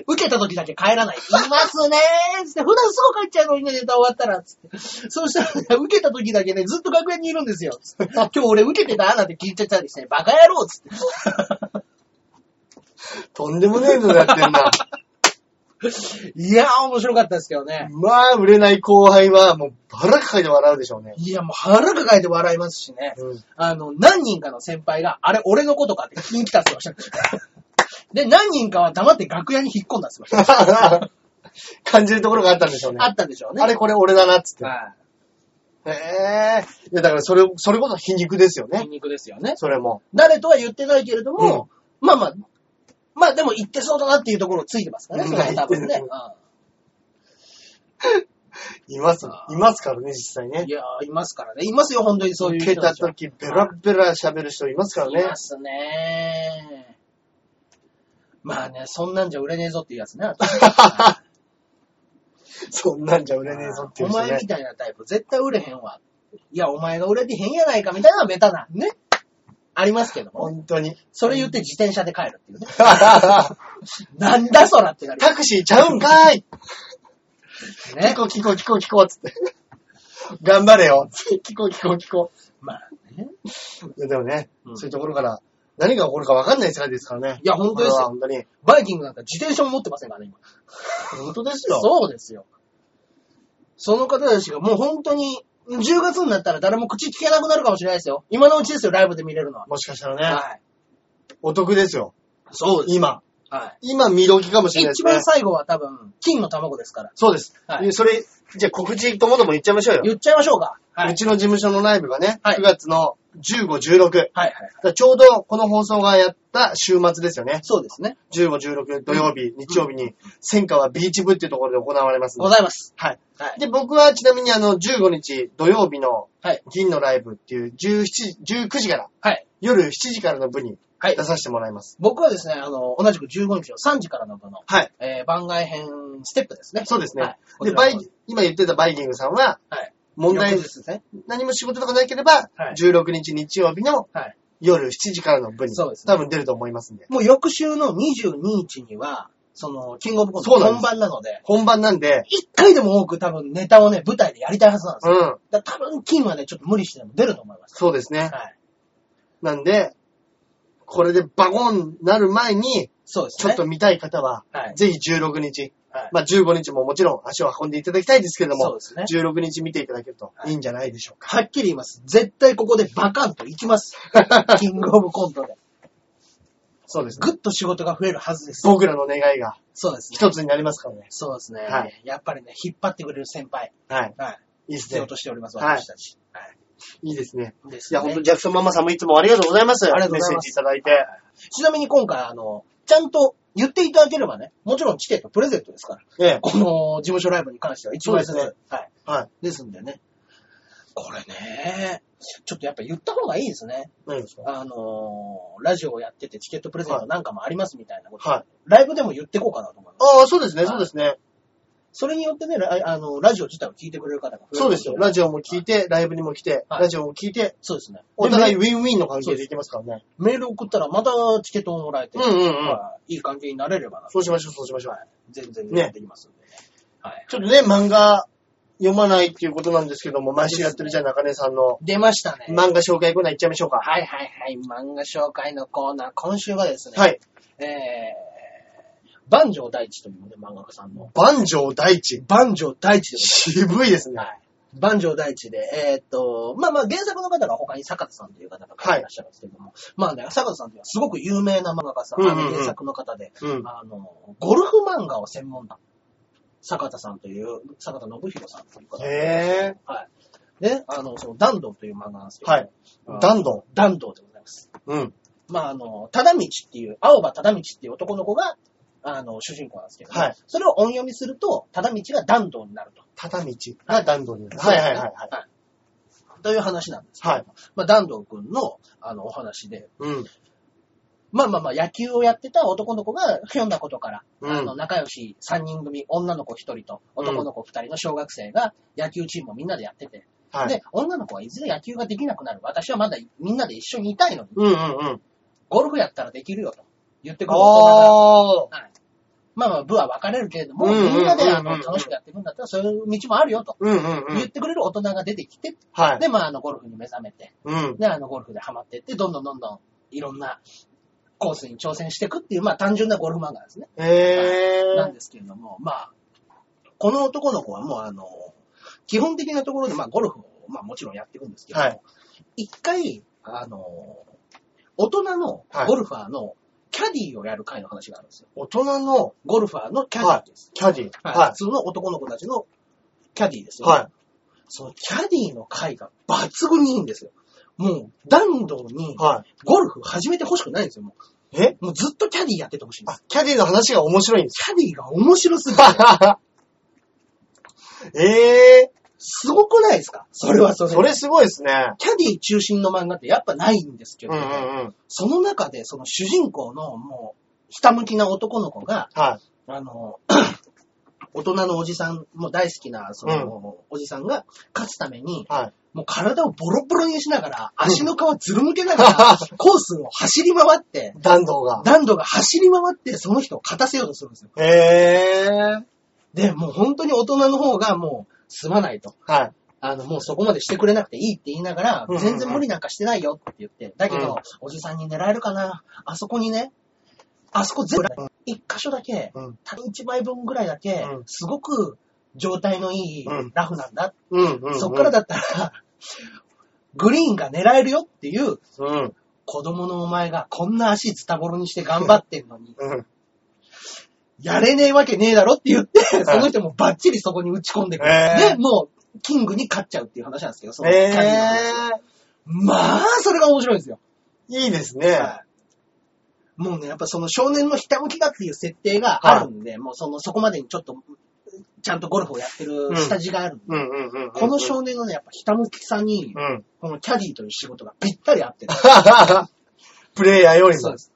A: 受けた時だけ帰らない。いますねーつって、普段すぐ帰っちゃうのにね、ネタ終わったら、つって。そうしたら、ね、受けた時だけね、ずっと楽屋にいるんですよ。つって今日俺受けてたなんて聞いちゃったりして、バカ野郎つって。
B: とんでもねえのやってんな。
A: いやー、面白かったですけどね。
B: まあ、売れない後輩は、もう、腹抱えて笑うでしょうね。
A: いや、もう腹抱えて笑いますしね。
B: うん
A: あの、何人かの先輩が、あれ、俺のことかって聞きに来たって 言ってました。で、何人かは黙って楽屋に引っ込んだって言ってまし
B: 感じるところがあったんでしょうね。
A: た。あ
B: あ
A: ったんでしょうね。
B: れこれ俺だな、つって。
A: は
B: へえ。いや、だからそれ、それこそ皮肉ですよ
A: い。
B: ね
A: 筋。肉ですよね。
B: それも。
A: 誰とは言ってないけれども、まあまあ、まあでも言ってそうだなっていうところをついてますからね、
B: うん
A: それは多分ね。
B: 言って
A: う
B: います
A: あ、ー
B: いますからね、実際
A: ん
B: ね
A: い。やー、いますからね。いますよ、本当にそういう
B: 受
A: 人
B: けた
A: たちは。
B: 時、ベラベラ喋る人いますから
A: い
B: ね
A: ま。すね。まあね、そんなんじゃ売れねえぞっていうやつね。あと
B: そんなんじゃ売れねえぞっていう
A: お
B: 人
A: 前
B: ね
A: み。たいなタイプ、絶対売れへんわ。いや、お前が売れてへんやないかみたいなのはベタな。ね。ありますけども。
B: 本当 に。
A: それ言って自転車で帰るっていうね。なんだそらってなる
B: タクシーちゃうんかい
A: ね
B: 聞。こう聞こう聞こう聞こうつって。頑張れよ。聞こう聞こう聞こ
A: まあね。
B: う。いやでもね、
A: うん
B: そういうところから何が起こるか分かんない世界ですからね。
A: いや本当ですよ
B: これは本当に。
A: バイキングなんか自転車も持ってませんからね、今。
B: 本当ですよ。
A: そうですよ。その方たちがもう本当に、10月になったら誰も口聞けなくなるかもしれないですよ。今のうちですよ、ライブで見れるのは。
B: もしかしたらね、
A: はい。
B: お得ですよ。
A: そうです。
B: 今。
A: は
B: 今見時かもし
A: い。
B: れないで
A: 一
B: すね
A: 番。最後は多分、金の卵ですから。
B: そうです。
A: はい
B: それ、じゃあ告知ともども言っちゃいましょうよ。
A: 言っちゃいましょうか。は
B: う
A: い。
B: ちの事務所のライブがね、
A: はい
B: 9月の15、16。だか
A: はいはい。
B: らちょうどこの放送がやった週末ですよね。
A: そうですね。
B: 15、16土曜日、日曜日に、戦火はビーチ部っていうところで行われますんで
A: ございます。
B: はい。
A: はい。
B: で、僕はちなみにあの、15日土曜日の
A: はい。
B: 銀のライブっていう17時、19時から、
A: はい。
B: 夜7時からの部に
A: はい
B: 出。させてもらいます。
A: 僕はですね、あの、同じく15日の3時からの部の、
B: はい。
A: えー番外編ステップですね。
B: そうですね。
A: はい
B: で、バイ、今言ってたバイキングさんは、
A: はい。
B: 問題
A: 翌日ですね。
B: 何も仕事とかなければ、
A: はい
B: 16日日曜日の
A: はい。
B: 夜7時からの部に、
A: そうですね
B: 多分出ると思いますんで。
A: もう翌週の22日には、その、キングオブコント
B: そうなんです
A: 本番なので、
B: 本番なんで、
A: 一回でも多く多分ネタをね、舞台でやりたいはずなんです
B: う
A: よ。
B: ん、
A: だから多分金はね、ちょっと無理してでも出ると思います。
B: そうですね。
A: はい。
B: なんで、これでバゴンなる前に、
A: そうです
B: ちょ
A: ね。
B: っと見たい方は、
A: はい。
B: ぜひ16日、
A: はい。
B: まあ15日ももちろん足を運んでいただきたいですけれど
A: そう
B: も
A: で、すね。
B: 16日見ていただけると
A: はい
B: いいんじゃないでしょうか。
A: はっきり言います。絶対ここでバカンと行 きます。キングオブコントで。
B: そうですね。
A: ぐっと仕事が増えるはずです。
B: 僕らの願いが
A: そうですね。
B: 一つになりますからね。
A: そうですね、
B: はい
A: やっぱりね、引っ張ってくれる先輩。
B: はい。
A: はい。
B: いいです
A: 必要
B: ね
A: と。しております、
B: はい
A: 私たち。はい。
B: いいですね。
A: です
B: いや、
A: ね、
B: ほんと、ジャクソンママさんもいつもありがとうございます。
A: ありがとうござい
B: メッ
A: ます
B: セージいただいて。
A: ちなみに今回、あの、ちゃんと言っていただければね、もちろんチケットプレゼントですから。
B: ええ。
A: この事務所ライブに関しては一枚ずつ。
B: そうです
A: はい。
B: はい。
A: ですんでね。これね、ちょっとやっぱ言った方がいいですね。
B: 何ですか
A: あのーラジオをやっててチケットプレゼントなんかもありますみたいなこと。
B: はい。
A: ライブでも言ってこうかなと思います。
B: ああ、そうですね、
A: はい
B: そうですね。
A: それによってね、ラあの、ラジオ自体を聞いてくれる方が増える。
B: そうですよ。ラジオも聞いて、ライブにも来て、
A: はい
B: ラジオも聞いて、
A: そうですね。
B: お互い
A: で
B: ウィンウィンの関係でいきますからね。
A: メメール送ったらまたチケットをもらえて、
B: うんうんうん
A: まあいい関係になれればなと。
B: そうしましょう、そうしましょう。
A: 全然
B: ね
A: やってきますんでね。はい。
B: ちょっとね、漫画読まないっていうことなんですけども、毎週やってるじゃん、中根さんの
A: 出ましたね。
B: 漫画紹介コーナー行っちゃいましょうか。
A: はいはいはい。漫画紹介のコーナー、今週はですね、
B: はい。
A: えー、万丈大地というね、漫画家さんの。
B: 万丈大地。
A: 万丈大地で
B: 渋いですね
A: ございま。す。はい。万丈大地で、えーっと、まあまあ原作の方が他に坂田さんという方が書いてらっしゃるんですけども、まあね、坂田さんというのはすごく有名な漫画家さん、
B: うんうんうん
A: あの原作の方で、
B: うん。
A: あの、ゴルフ漫画を専門だ。坂田さんという、坂田信弘さんという方。
B: へえ。
A: はい。で、あの、その、弾道という漫画なんですけど、
B: はい。ダンド
A: 弾道でございます。
B: ン。うん。
A: まあ、あの、忠道っていう、青葉忠道っていう男の子が、あの、主人公なんですけど、
B: はい
A: それを音読みすると、ただ道が弾道になると。
B: 畳道が弾道になる。はいはいはいはい。
A: い。という話なんですけど、
B: はい
A: まあ、弾道くんの、あの、お話で、
B: うん。
A: まあまあまあ、野球をやってた男の子が、ひょんなことから、
B: うん
A: あの、仲良し3人組、女の子1人と男の子2人の小学生が、野球チームをみんなでやってて、
B: はい。
A: で、女の子はいずれ野球ができなくなる。私はまだみんなで一緒にいたいのに、
B: うんうんうん。
A: ゴルフやったらできるよと言ってくる大人が
B: ああ。
A: はい。まあまあ、部は分かれるけれども、
B: うんうんうんうん
A: みんなであの楽しくやっていくんだったら、そういう道もあるよと
B: うんうんう
A: 言っ
B: ん。
A: てくれる大人が出てきて、
B: はい。
A: で、まあ、あの、ゴルフに目覚めて、
B: うん。
A: で、あの、ゴルフでハマっていって、どんどんどんどん、いろんなコースに挑戦していくっていう、まあ、単純なゴルフ漫画ですね。
B: え
A: なん
B: ー。
A: ですけれども、まあ、この男の子はもう、あの、基本的なところで、まあ、ゴルフを、まあ、もちろんやっていくんですけども、
B: はい
A: 一回、あの、大人のゴルファーのキャディーをやる会の話があるんですよ。
B: 大人の
A: ゴルファーのキャディーです。
B: キャディ。
A: はい。
B: は
A: 普通の男の子たちのキャディーです
B: い。
A: よ、ね。
B: はい。
A: そのキャディーの回が抜群にいいんですよ。もう、弾道に
B: は
A: ゴルフ始めてほしくないんですよ、も
B: い。え
A: う。もうずっとキャディーやっててほしいんで
B: あ
A: す。、
B: キャディの話が面白いんです。
A: キャディーが面白 すぎて、
B: ええ
A: すごくないですかそれはそ
B: ー、
A: れで。
B: それすごいですね。
A: キャディー中心の漫画ってやっぱないんですけ
B: うん
A: ど、
B: うんうん。
A: その中でその主人公のもう、ひたむきな男の子が、
B: はい。
A: あの、 大人のおじさんも大好きな、その、おじさんが勝つために、
B: はい。
A: もう体をボロボロにしながら、足の皮ずるむけながら、コースを走り回って、
B: 弾道が。
A: 何度が走り回って、その人を勝たせようとするんですよ。
B: ええー。
A: で、もう本当に大人の方がもう、すまないと。
B: はい。
A: あの、もうそこまでしてくれなくていいって言いながら
B: うんうん、うん
A: 全然無理なんかしてないよって言って、だけ
B: うん
A: ど、おじさんに狙えるかなあそこにね、あそこ全部、一箇所だけ、
B: うん。
A: 単一枚分ぐらいだけ
B: うん、
A: すごく状態のいい
B: うん
A: ラフなんだ。
B: うんうん、うん。
A: そっから。だったら、グリーンが狙えるよっていう、
B: うん。
A: 子供のお前がこんな足ズタボロにして頑張ってんのに、
B: うん。
A: やれねえわけねえだろって言って、その人もバッチリそこに打ち込んでくる。
B: へえ
A: で、もう、キングに勝っちゃうっていう話なんですけど、そのキャ
B: え
A: リーの話
B: え
A: まあ、それが面白いんですよ。
B: ー。いいですね。
A: はいもうね、やっぱその少年のひたむきだっていう設定があるんで、もうその、そこまでにちょっと、ちゃんとゴルフをやってる下地があるんで、
B: うんうんうんうん。
A: この少年のね、やっぱひたむきさに
B: う、ん。
A: このキャディーという仕事がぴったり合ってる。
B: プレイヤーよりも。
A: そうです。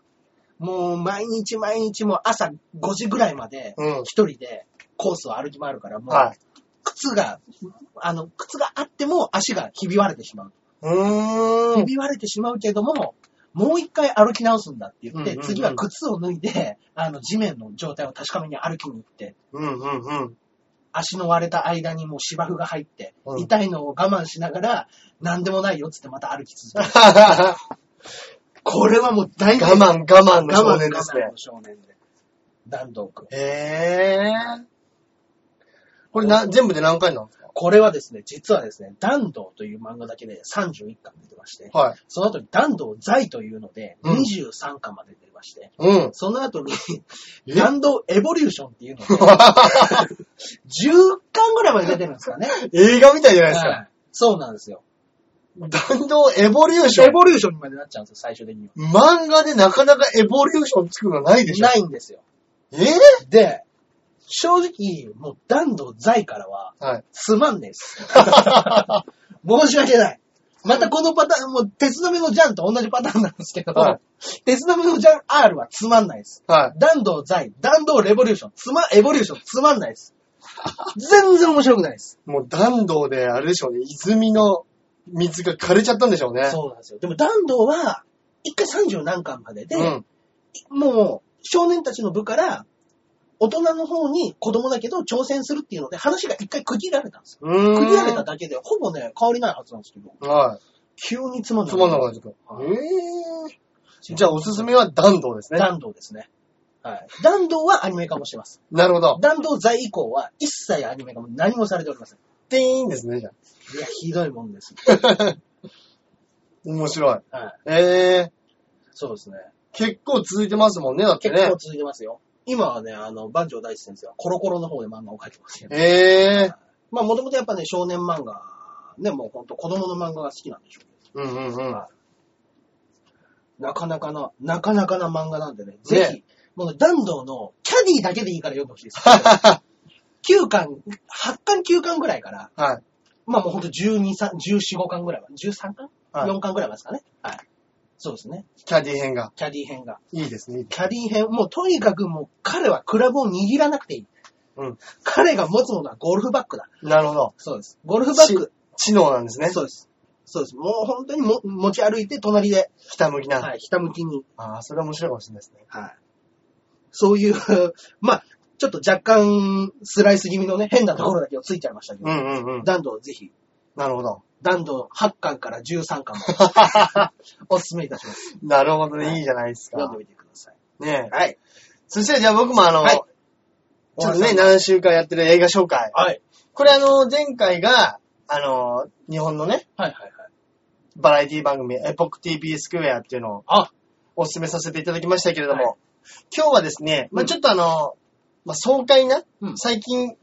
A: もう毎日毎日もう朝5時ぐらいまで
B: うん。
A: 一人でコースを歩き回るから、もう
B: はい。
A: 靴が、あの、靴があっても足がひび割れてしまう。
B: うー
A: ひ
B: ん。
A: び割れてしまうけども、もう一回歩き直すんだって言っ
B: うんうん
A: て、
B: うん
A: 次は靴を脱いで、あの、地面の状態を確かめに歩きに行って、
B: うんうんうん。
A: 足の割れた間にもう芝生が入って、
B: うん
A: 痛いのを我慢しながら、なんでもないよっつってまた歩き 続ける。
B: 我
A: これはもう大
B: 慢
A: 我
B: 我慢の
A: 慢
B: 少年です
A: 我慢
B: ね
A: の。少年で。弾道君。
B: ええー。これな、全部で何回なんですか
A: これはですね、実はですね、弾道という漫画だけで31巻出てまして、
B: はい。
A: その後に弾道罪というので
B: うん
A: 23巻まで出てまして、
B: うん。
A: その後に
B: え
A: 弾道エボリューションっていうので、10巻ぐらいまで出てるんですかね。
B: 映画みたいじゃないです
A: は
B: か。
A: いそうなんですよ。
B: 弾道エボリューショ
A: エ
B: ン。
A: ボリューションにまでなっちゃうんですよ、最終的には。
B: 漫画でなかなかエボリューションつくのないでしょ。
A: ないんですよ。
B: えぇ、
A: で、正直、もう弾道罪からは、
B: はい。
A: つまんねえです。 申し訳ない。またこのパターン、もう、鉄の目のジャンと同じパターンなんですけど、
B: はい
A: 鉄の目のジャン R はつまんないです。
B: はい。
A: 弾道財、弾道レボリューション、つま、エボリューション、つまんないです。全然面白くないです。
B: もう弾道であれでしょうね。泉の水が枯れちゃったんでしょうね。
A: そうなんですよ。でも弾道は、一回30何巻までで、
B: うん。
A: もう、少年たちの部から、大人の方に子供だけど挑戦するっていうので、話が一回区切られたんですよ。
B: うーん。
A: 区切られただけで、ほぼね、変わりないはずなんですけど、
B: は
A: 急につまん
B: い。
A: な
B: つ
A: い。
B: まんなかった。え
A: はい
B: ぇ、ー、じゃあおすすめは弾道ですね。
A: 弾道ですね。はい。弾道はアニメ化もしてます。
B: なるほど。
A: 弾道在以降は一切アニメ化も何もされておりません。
B: でいいんですね、じゃあ。
A: いや、ひどいもんです。
B: 面白い。
A: はい。
B: えぇ、ー、
A: そうですね。
B: 結構続いてますもんね、だって
A: 結
B: ね
A: 構。続いてますよ。今はね、あの、万丈大地先生はコロコロの方で漫画を描いてますけど。
B: えぇ、ー、
A: まあ、もともとやっぱね、少年漫画、ね、もうほんと子供の漫画が好きなんでしょうけ
B: うんうんうん。
A: はど。なかなかな、なかなかな漫画なんでね、ぜひ、もう弾道のキキャディだけでいいから読む気です。9巻、8巻9巻ぐらいから、
B: はい。
A: まあもうほんと12、三14、5巻ぐらいは、13巻、
B: はい
A: ?4 巻ぐらいまでですかね。はい。そうですね。
B: キャディ編が。
A: キャディ編が。
B: いいですね。
A: キャディ編、もうとにかくもう彼はクラブを握らなくていい。
B: うん。
A: 彼が持つものはゴルフバッグだ。
B: なるほど。
A: そうです。ゴルフバッグ。
B: 知能なんですね。
A: そうです。そうです。もう本当にも持ち歩いて隣で、
B: ひたむきな。
A: はい、ひたむきに。
B: ああ、それは面白いかもしれないですね。
A: はい。そういう、 まあ、ちょっと若干スライス気味のね、変なところだけをついちゃいましたけど、
B: うんうんうん。
A: 弾道ぜひ、
B: なるほど。
A: 弾道8巻から13巻も おすすめいたします。
B: なるほどね。いいじゃないです
A: 読
B: か。
A: んでみてください。
B: ねえ。
A: はい。
B: そしてじゃあ僕もあの、
A: はい
B: ちょっとね、何週間やってる映画紹介。
A: はい。
B: これあの、前回が、あの、日本のね、
A: はいはいはい。
B: バラエティ番組、エポック TV スクエアっていうのを
A: あ、
B: お勧めさせていただきましたけれども、
A: は
B: 今日はですね、まあ
A: うん
B: ちょっとあの、まあ爽快な、
A: うん
B: 最近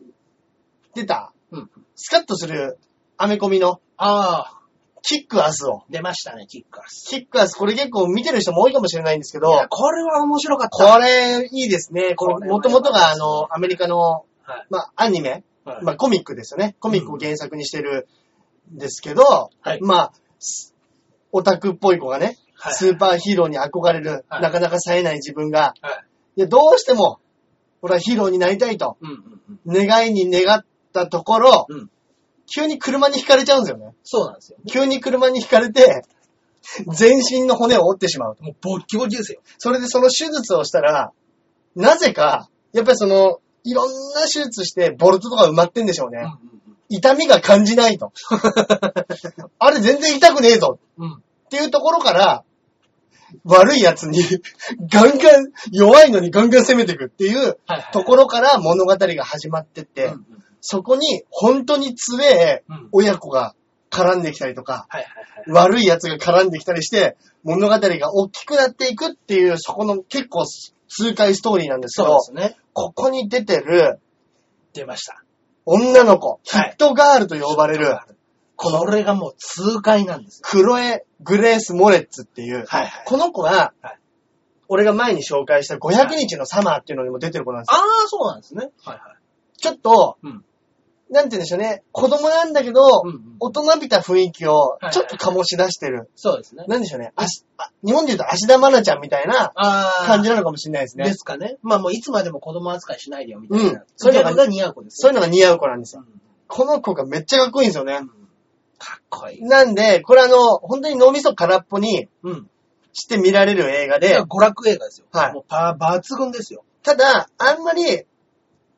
B: 出た、
A: うん。
B: スカッとするアメコミの
A: ああ、
B: キックアスを、
A: 出ましたね、キッカース。
B: キックアス、これ結構見てる人も多いかもしれないんですけ
A: いや
B: ど、
A: これは面白かった。
B: これいいですね。こ
A: これ
B: れ
A: は
B: もともとがあの、アメリカの、
A: はい
B: まあアニメ、
A: はい
B: まあコミックですよね。コミックを原作にしてるんですけど、
A: はい
B: まあ、すオタクっぽい子がね、
A: はい
B: スーパーヒーローに憧れる、
A: はい
B: なかなか冴えない自分が、
A: はい。
B: いやどうしても、俺はヒーローになりたいと、
A: うんうんうん。
B: 願いに願ったところ、
A: うん
B: 急に車に惹かれちゃうんですよね。
A: そうなんですよ。
B: 急に車に惹かれて、全身の骨を折ってしまう。
A: もうボッキボキですよ。
B: それでその手術をしたら、なぜか、やっぱりその、いろんな手術して、ボルトとか埋まってんでしょうね。痛みが感じない と。あれ全然痛くねえぞ
A: うんうん。うん。
B: っていうところから、悪い奴に、ガンガン、弱いのにガンガン攻めていくっていう
A: はいはい。
B: ところから物語が始まってって、
A: うんうん
B: そこに本当に強え
A: うん
B: 親子が絡んできたりとか、
A: はいはいはい。
B: 悪い奴が絡んできたりして、物語が大きくなっていくっていう、そこの結構痛快ストーリーなんですけ
A: そう
B: ど、
A: ですね。
B: ここに出てる
A: 出ました。
B: 女の子、ヒ
A: はい
B: ットガールと呼ばれる、
A: これがもう痛快なんですよ。
B: クロエ・グレース・モレッツっていう、
A: はいはい
B: この子は
A: はい、
B: 俺が前に紹介した500日のサマーっていうのにも出てる子なんですよ。
A: ああ、そうなんですね。はいはい。
B: ちょっと、
A: うん
B: なんて言うんでしょうね、子供なんだけど、
A: うんうん
B: 大人びた雰囲気を
A: いはい
B: ちょっと醸し出してる。
A: そうですね。
B: なんでしょうね、足あ日本で言うと芦田愛菜ちゃんみたいな
A: ああ、
B: 感じなのかもしれないですね
A: で。すかね。まあもういつまでも子供扱いしないでよみたいな。
B: うんそういうのが
A: ギャルが似合う子です
B: そうい
A: よ。
B: うのが似合う子なんですよ。
A: うん
B: この子がめっちゃかっこいいんですよね。
A: かっこいい。
B: なんで、これあの、本当に脳みそ空っぽに
A: うん。
B: して見られる映画
A: で
B: で、
A: 娯楽映画ですよ。
B: はい
A: もうパー、抜群ですよ。
B: ただ、あんまり、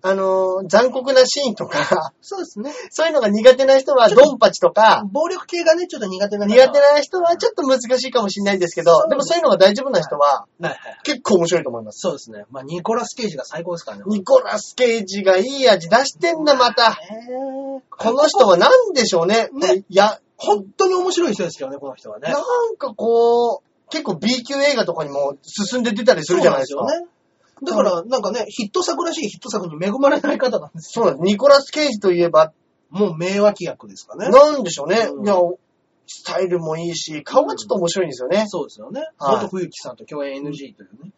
B: あのー残酷なシーンとか、
A: そうですね。
B: そういうのが苦手な人は、ドンパチとか、
A: 暴力系がね、ちょっと苦手な方は
B: 苦手な人はちょっと難しいかもしれないですけ
A: そう
B: ど、でもそういうのが大丈夫な人は、
A: はいはいはい。
B: 結構面白いと思います。
A: そうですね。まあニコラス・ケイジが最高ですからね。
B: ニコラス・ケイジがいい味出してんだ、また。
A: ねえ
B: この人は何でしょうね。
A: ね
B: いや、
A: 本当に面白い人ですけどね、この人はね。
B: なんかこう、結構 B 級映画とかにも進んで出たりするじゃないですか
A: そう。なんですよね。だから、なんかね、ヒット作らしいヒット作に恵まれない方なんです。
B: そうなんです。ニコラス・ケイジといえば、
A: もう名脇役ですかね。
B: なんでしょうね。
A: うん
B: いや、スタイルもいいし、顔がちょっと面白いんですよね。
A: そうですよね。
B: はい
A: 元冬木さんと共 演 NG というね。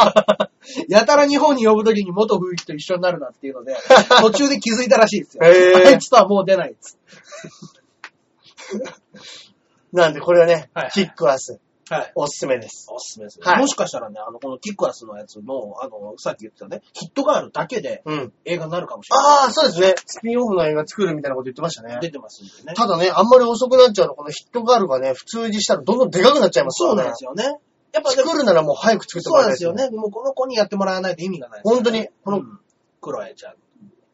A: やたら日本に呼ぶときに元冬木と一緒になるなっていう ので、途中で気づいたらしいですよ。
B: へー
A: あいつとはもう出ないっつっ
B: なんで、これはね、
A: はいはい
B: キックアス、
A: て。はい。
B: おすすめです。
A: おすすめですね、
B: はい
A: もしかしたらね、あの、このキックアスのやつも、あの、さっき言ってたね、ヒットガールだけで
B: うん。
A: 映画になるかもしれない。
B: ああ、そうですね。スピンオフの映画作るみたいなこと言ってましたね。
A: 出てますんでね。
B: ただね、あんまり遅くなっちゃうと、このヒットガールがね、普通にしたらどんどんでかくなっちゃいます
A: そ
B: か
A: うなん
B: らね
A: で。すよね。やっぱね、
B: 作るならもう早く作っても
A: そ
B: ら
A: う
B: い
A: な
B: た
A: ん
B: い
A: ですよ。ね。もうこの子にやってもらわないと意味がないです、
B: 本当にこの
A: うんクロエちゃん。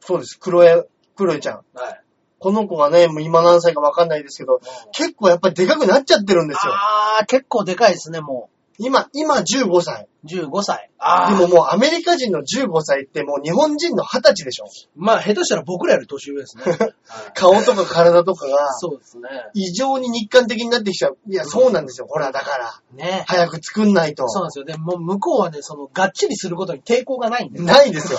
B: そうです。クロエ、クロエちゃん。
A: はい。
B: この子がね、もう今何歳かわかんないですけど、結構やっぱりでかくなっちゃってるんですよ。
A: ああ、結構でかいですね、も
B: 今、今15歳。
A: う。15歳。
B: で
A: ああ。
B: ももうアメリカ人の15歳ってもう日本人の20歳 でしょ。
A: まあ、下手したら僕らより年 上ですね。はい
B: 顔とか体とかが、
A: そうですね。
B: 異常に日韓的になってきちゃう。いや、そうなんですよ。ほら、だから、
A: ね。
B: 早く作んないと。
A: そうなんですよ。でも、向こうはね、その、がっちりすることに抵抗がないんで、
B: ないですよ。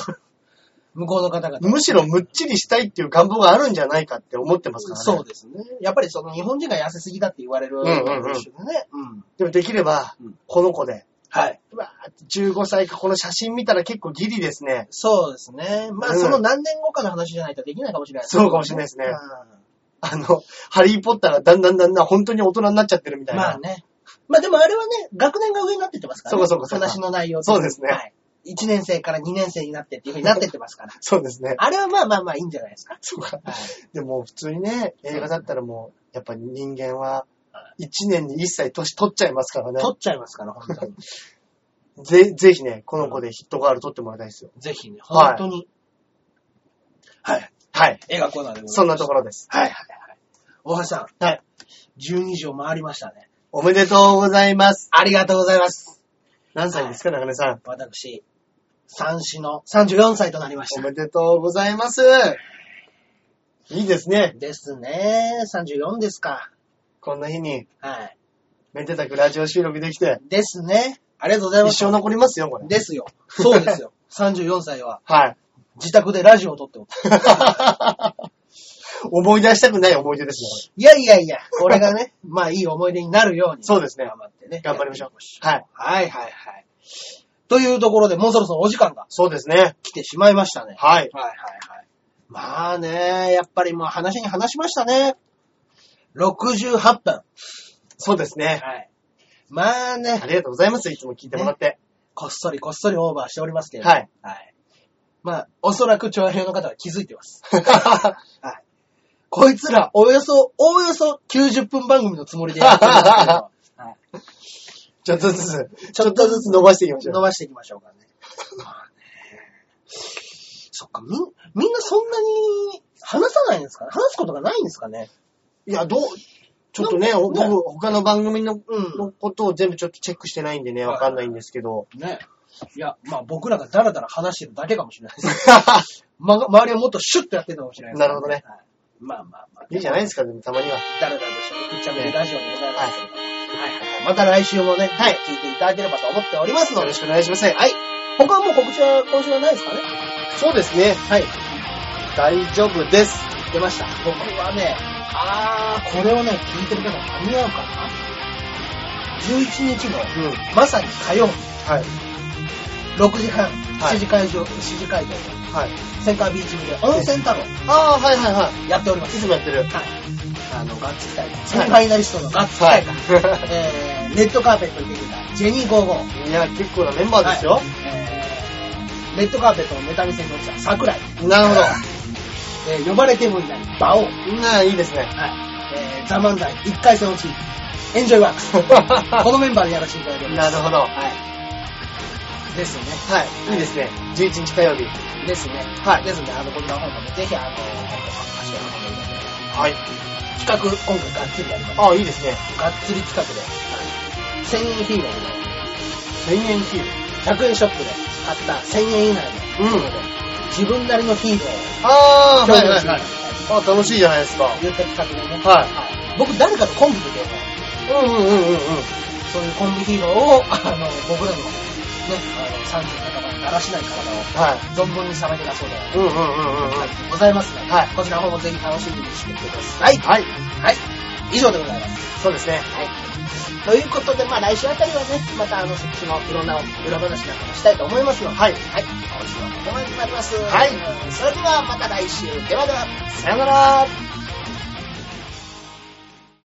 A: 向こうの方々。
B: むしろむっちりしたいっていう願望があるんじゃないかって思ってますからね。
A: そうですね。やっぱりその、日本人が痩せすぎだって言われる
B: んうんうん
A: 一緒でね。うん。
B: でもできれば
A: うん、
B: この子で、
A: はい。
B: うわーって15歳か、この写真見たら結構ギリですね。
A: そうですね。まあ、
B: うん
A: その何年後かの話じゃないとできないかもしれない、
B: そうかもしれないですね
A: う
B: あの、ハリーポッターがだんだんだんだん本当に大人になっちゃってるみたい
A: ん
B: な。
A: まあね。まあでもあれはね、学年が上になってってますから、
B: そ
A: ね。
B: うかそうかそうか
A: 話の内容
B: そうですね
A: はい。1年生から2年生になってっていう風になってってますから。
B: そうですね。
A: あれはまあまあまあいいんじゃないですか。
B: そうか。
A: はい。
B: でも普通にね、映画だったらもう、やっぱり人間は、1年に1歳年取っちゃいますからね。
A: 取っちゃいますから、本当に。
B: ぜ、ぜひね、この子でヒットガール撮ってもらいたいですよ。
A: ぜひね、
B: はい
A: 本当に。はい。
B: はい。
A: 映画コーナーでござ
B: そ
A: い
B: ん
A: ま
B: な
A: す。
B: ところです。
A: はいはいはい。大橋さん。
B: はい。
A: 12時を回りましたね。
B: おめでとうございます。
A: ありがとうございます。
B: 何歳ですか、中根さん。
A: 私、三子の34歳となりまし
B: お
A: た。
B: めでとうございます。いいですね。
A: ですね。34ですか。
B: こんな日に、
A: はい。
B: めでたくラジオ収録できて、
A: ですね。ありがとうございま
B: 一
A: す。
B: 生残りますよ、これ。
A: ですよ。そうで すよ。34歳は
B: はい。
A: 自宅でラジオを撮っておく。
B: 思い出したくない思い出ですね
A: いやいやいや、これ がね、まあいい思い出になるように。
B: そうですね
A: 頑張ってね。
B: 頑張りましょう
A: やっていき
B: これ。はい。
A: はいはいはい。というところで、もうそろそろお時間が
B: そうですね。
A: 来てしまいましたね。
B: はい。
A: はいはいはい。まあね、やっぱりもう話に話しましたね。68分。
B: そうですね。
A: はい。まあ ね
B: あ、りがとうございます。いつも聞いてもら って。
A: こっそりこっそりオーバーしておりますけれど。
B: はい。
A: はい。まあ、おそらく長編の方は気づいてます。はい。こいつら、およそ、おおよそ90分番組のつもりでやってるんですけ ど、はい
B: ちょっとずつ、ち
A: ち
B: ょ
A: ょ
B: っ
A: っ
B: と
A: と
B: ず
A: ず
B: つ伸ばしていきましょ
A: 伸
B: う。
A: ばしていきましょうかね。まあねそっか、みん、みんなそんなに話さないんですかね話すことがないんですかね
B: いや、どう、ちょっとね、
A: なんか
B: 僕、
A: ね
B: 他の番組の,、
A: ん
B: のことを全部ちょっとチェックしてないんでね、
A: はい
B: わかんないんですけ ど。
A: ね。いや、まあ僕らがダラダラ話してるだけかもしれないです。ま、周りはもっとシュッとやってるのかもしれないです、
B: なるほどね
A: はいまあまあまあ。
B: いいじゃないですか、でもたまには。
A: ダラダラとしためっちゃめちゃラジオでございますけれども。はいはいはい。また来週もね、はい、聞いていただければと思っておりますの
B: よ
A: で
B: ろ。しくお願いします。はい。
A: 他はもう告知は今週はないですかね
B: そうですね。
A: はい。
B: 大丈夫です。
A: 出ました。僕はね、あー、これをね、聞いてる方間に合うかな ?11 日の、
B: うん。
A: まさに火曜日、
B: はい。
A: 6時半、
B: はい
A: 7時会場、7時会場、
B: はい。
A: センタービーチ部で温泉太郎
B: ああ、はいはいはい。
A: やっておりま
B: い
A: す。
B: つもやってる。
A: はい。あの、ガッツ大会。セミファイナリストのガッツ
B: は
A: 大会。
B: い。
A: えー、レッドカーペットに出てた、ジェニー55。
B: いや、結構なメンバーですよ。
A: はいえーレッドカーペットのネタ見せに落ちた桜井。
B: な るほど。
A: えー呼ばれてもいない、馬王。はい。
B: なあ、いいですね。
A: えー、ザ・漫才、1回戦落ち、エンジョイワークス。 このメンバーでやらせていただきま
B: な
A: す。
B: るほど。は
A: はい。ですね。
B: い。いいですね。11日火曜日。
A: ですね。
B: はい
A: ですね。あの、こちらの方もぜひ、あの、足を運んでいただいて
B: はい。
A: 企画、今回がっつりやります。
B: ああ、いいですね。
A: がっつり企画で、1000円ヒーローで、
B: 1000円ヒール。
A: 100円ショップで買った1000円以内の
B: うん。
A: 自分なりのヒーローを
B: ああ、
A: 共
B: はいは
A: 有
B: い
A: す
B: は
A: る
B: い。あ楽しいじゃないですか。はい。
A: という企画でね、
B: は
A: 僕誰かとコンビで出ようか
B: うんうんうんうんうん。
A: なそういうコンビヒーローを、あの、僕らの、ね、あの、30半ばにだらしない体
B: はい。
A: を存分にさばけたそうで、
B: うんうんうんうんうん。
A: ございますので、
B: はい
A: こちらの方もぜひ楽しみにしてください。
B: はい。
A: はい。以上でございます。
B: そうですね。
A: はい。ということで、まあ来週あたりはね、またあの、そっちのいろんな裏話なんかもしたいと思いますので、
B: はい。
A: はい。今週はここまでになります。
B: はい
A: それではまた来週。ではでは。
B: さよなら。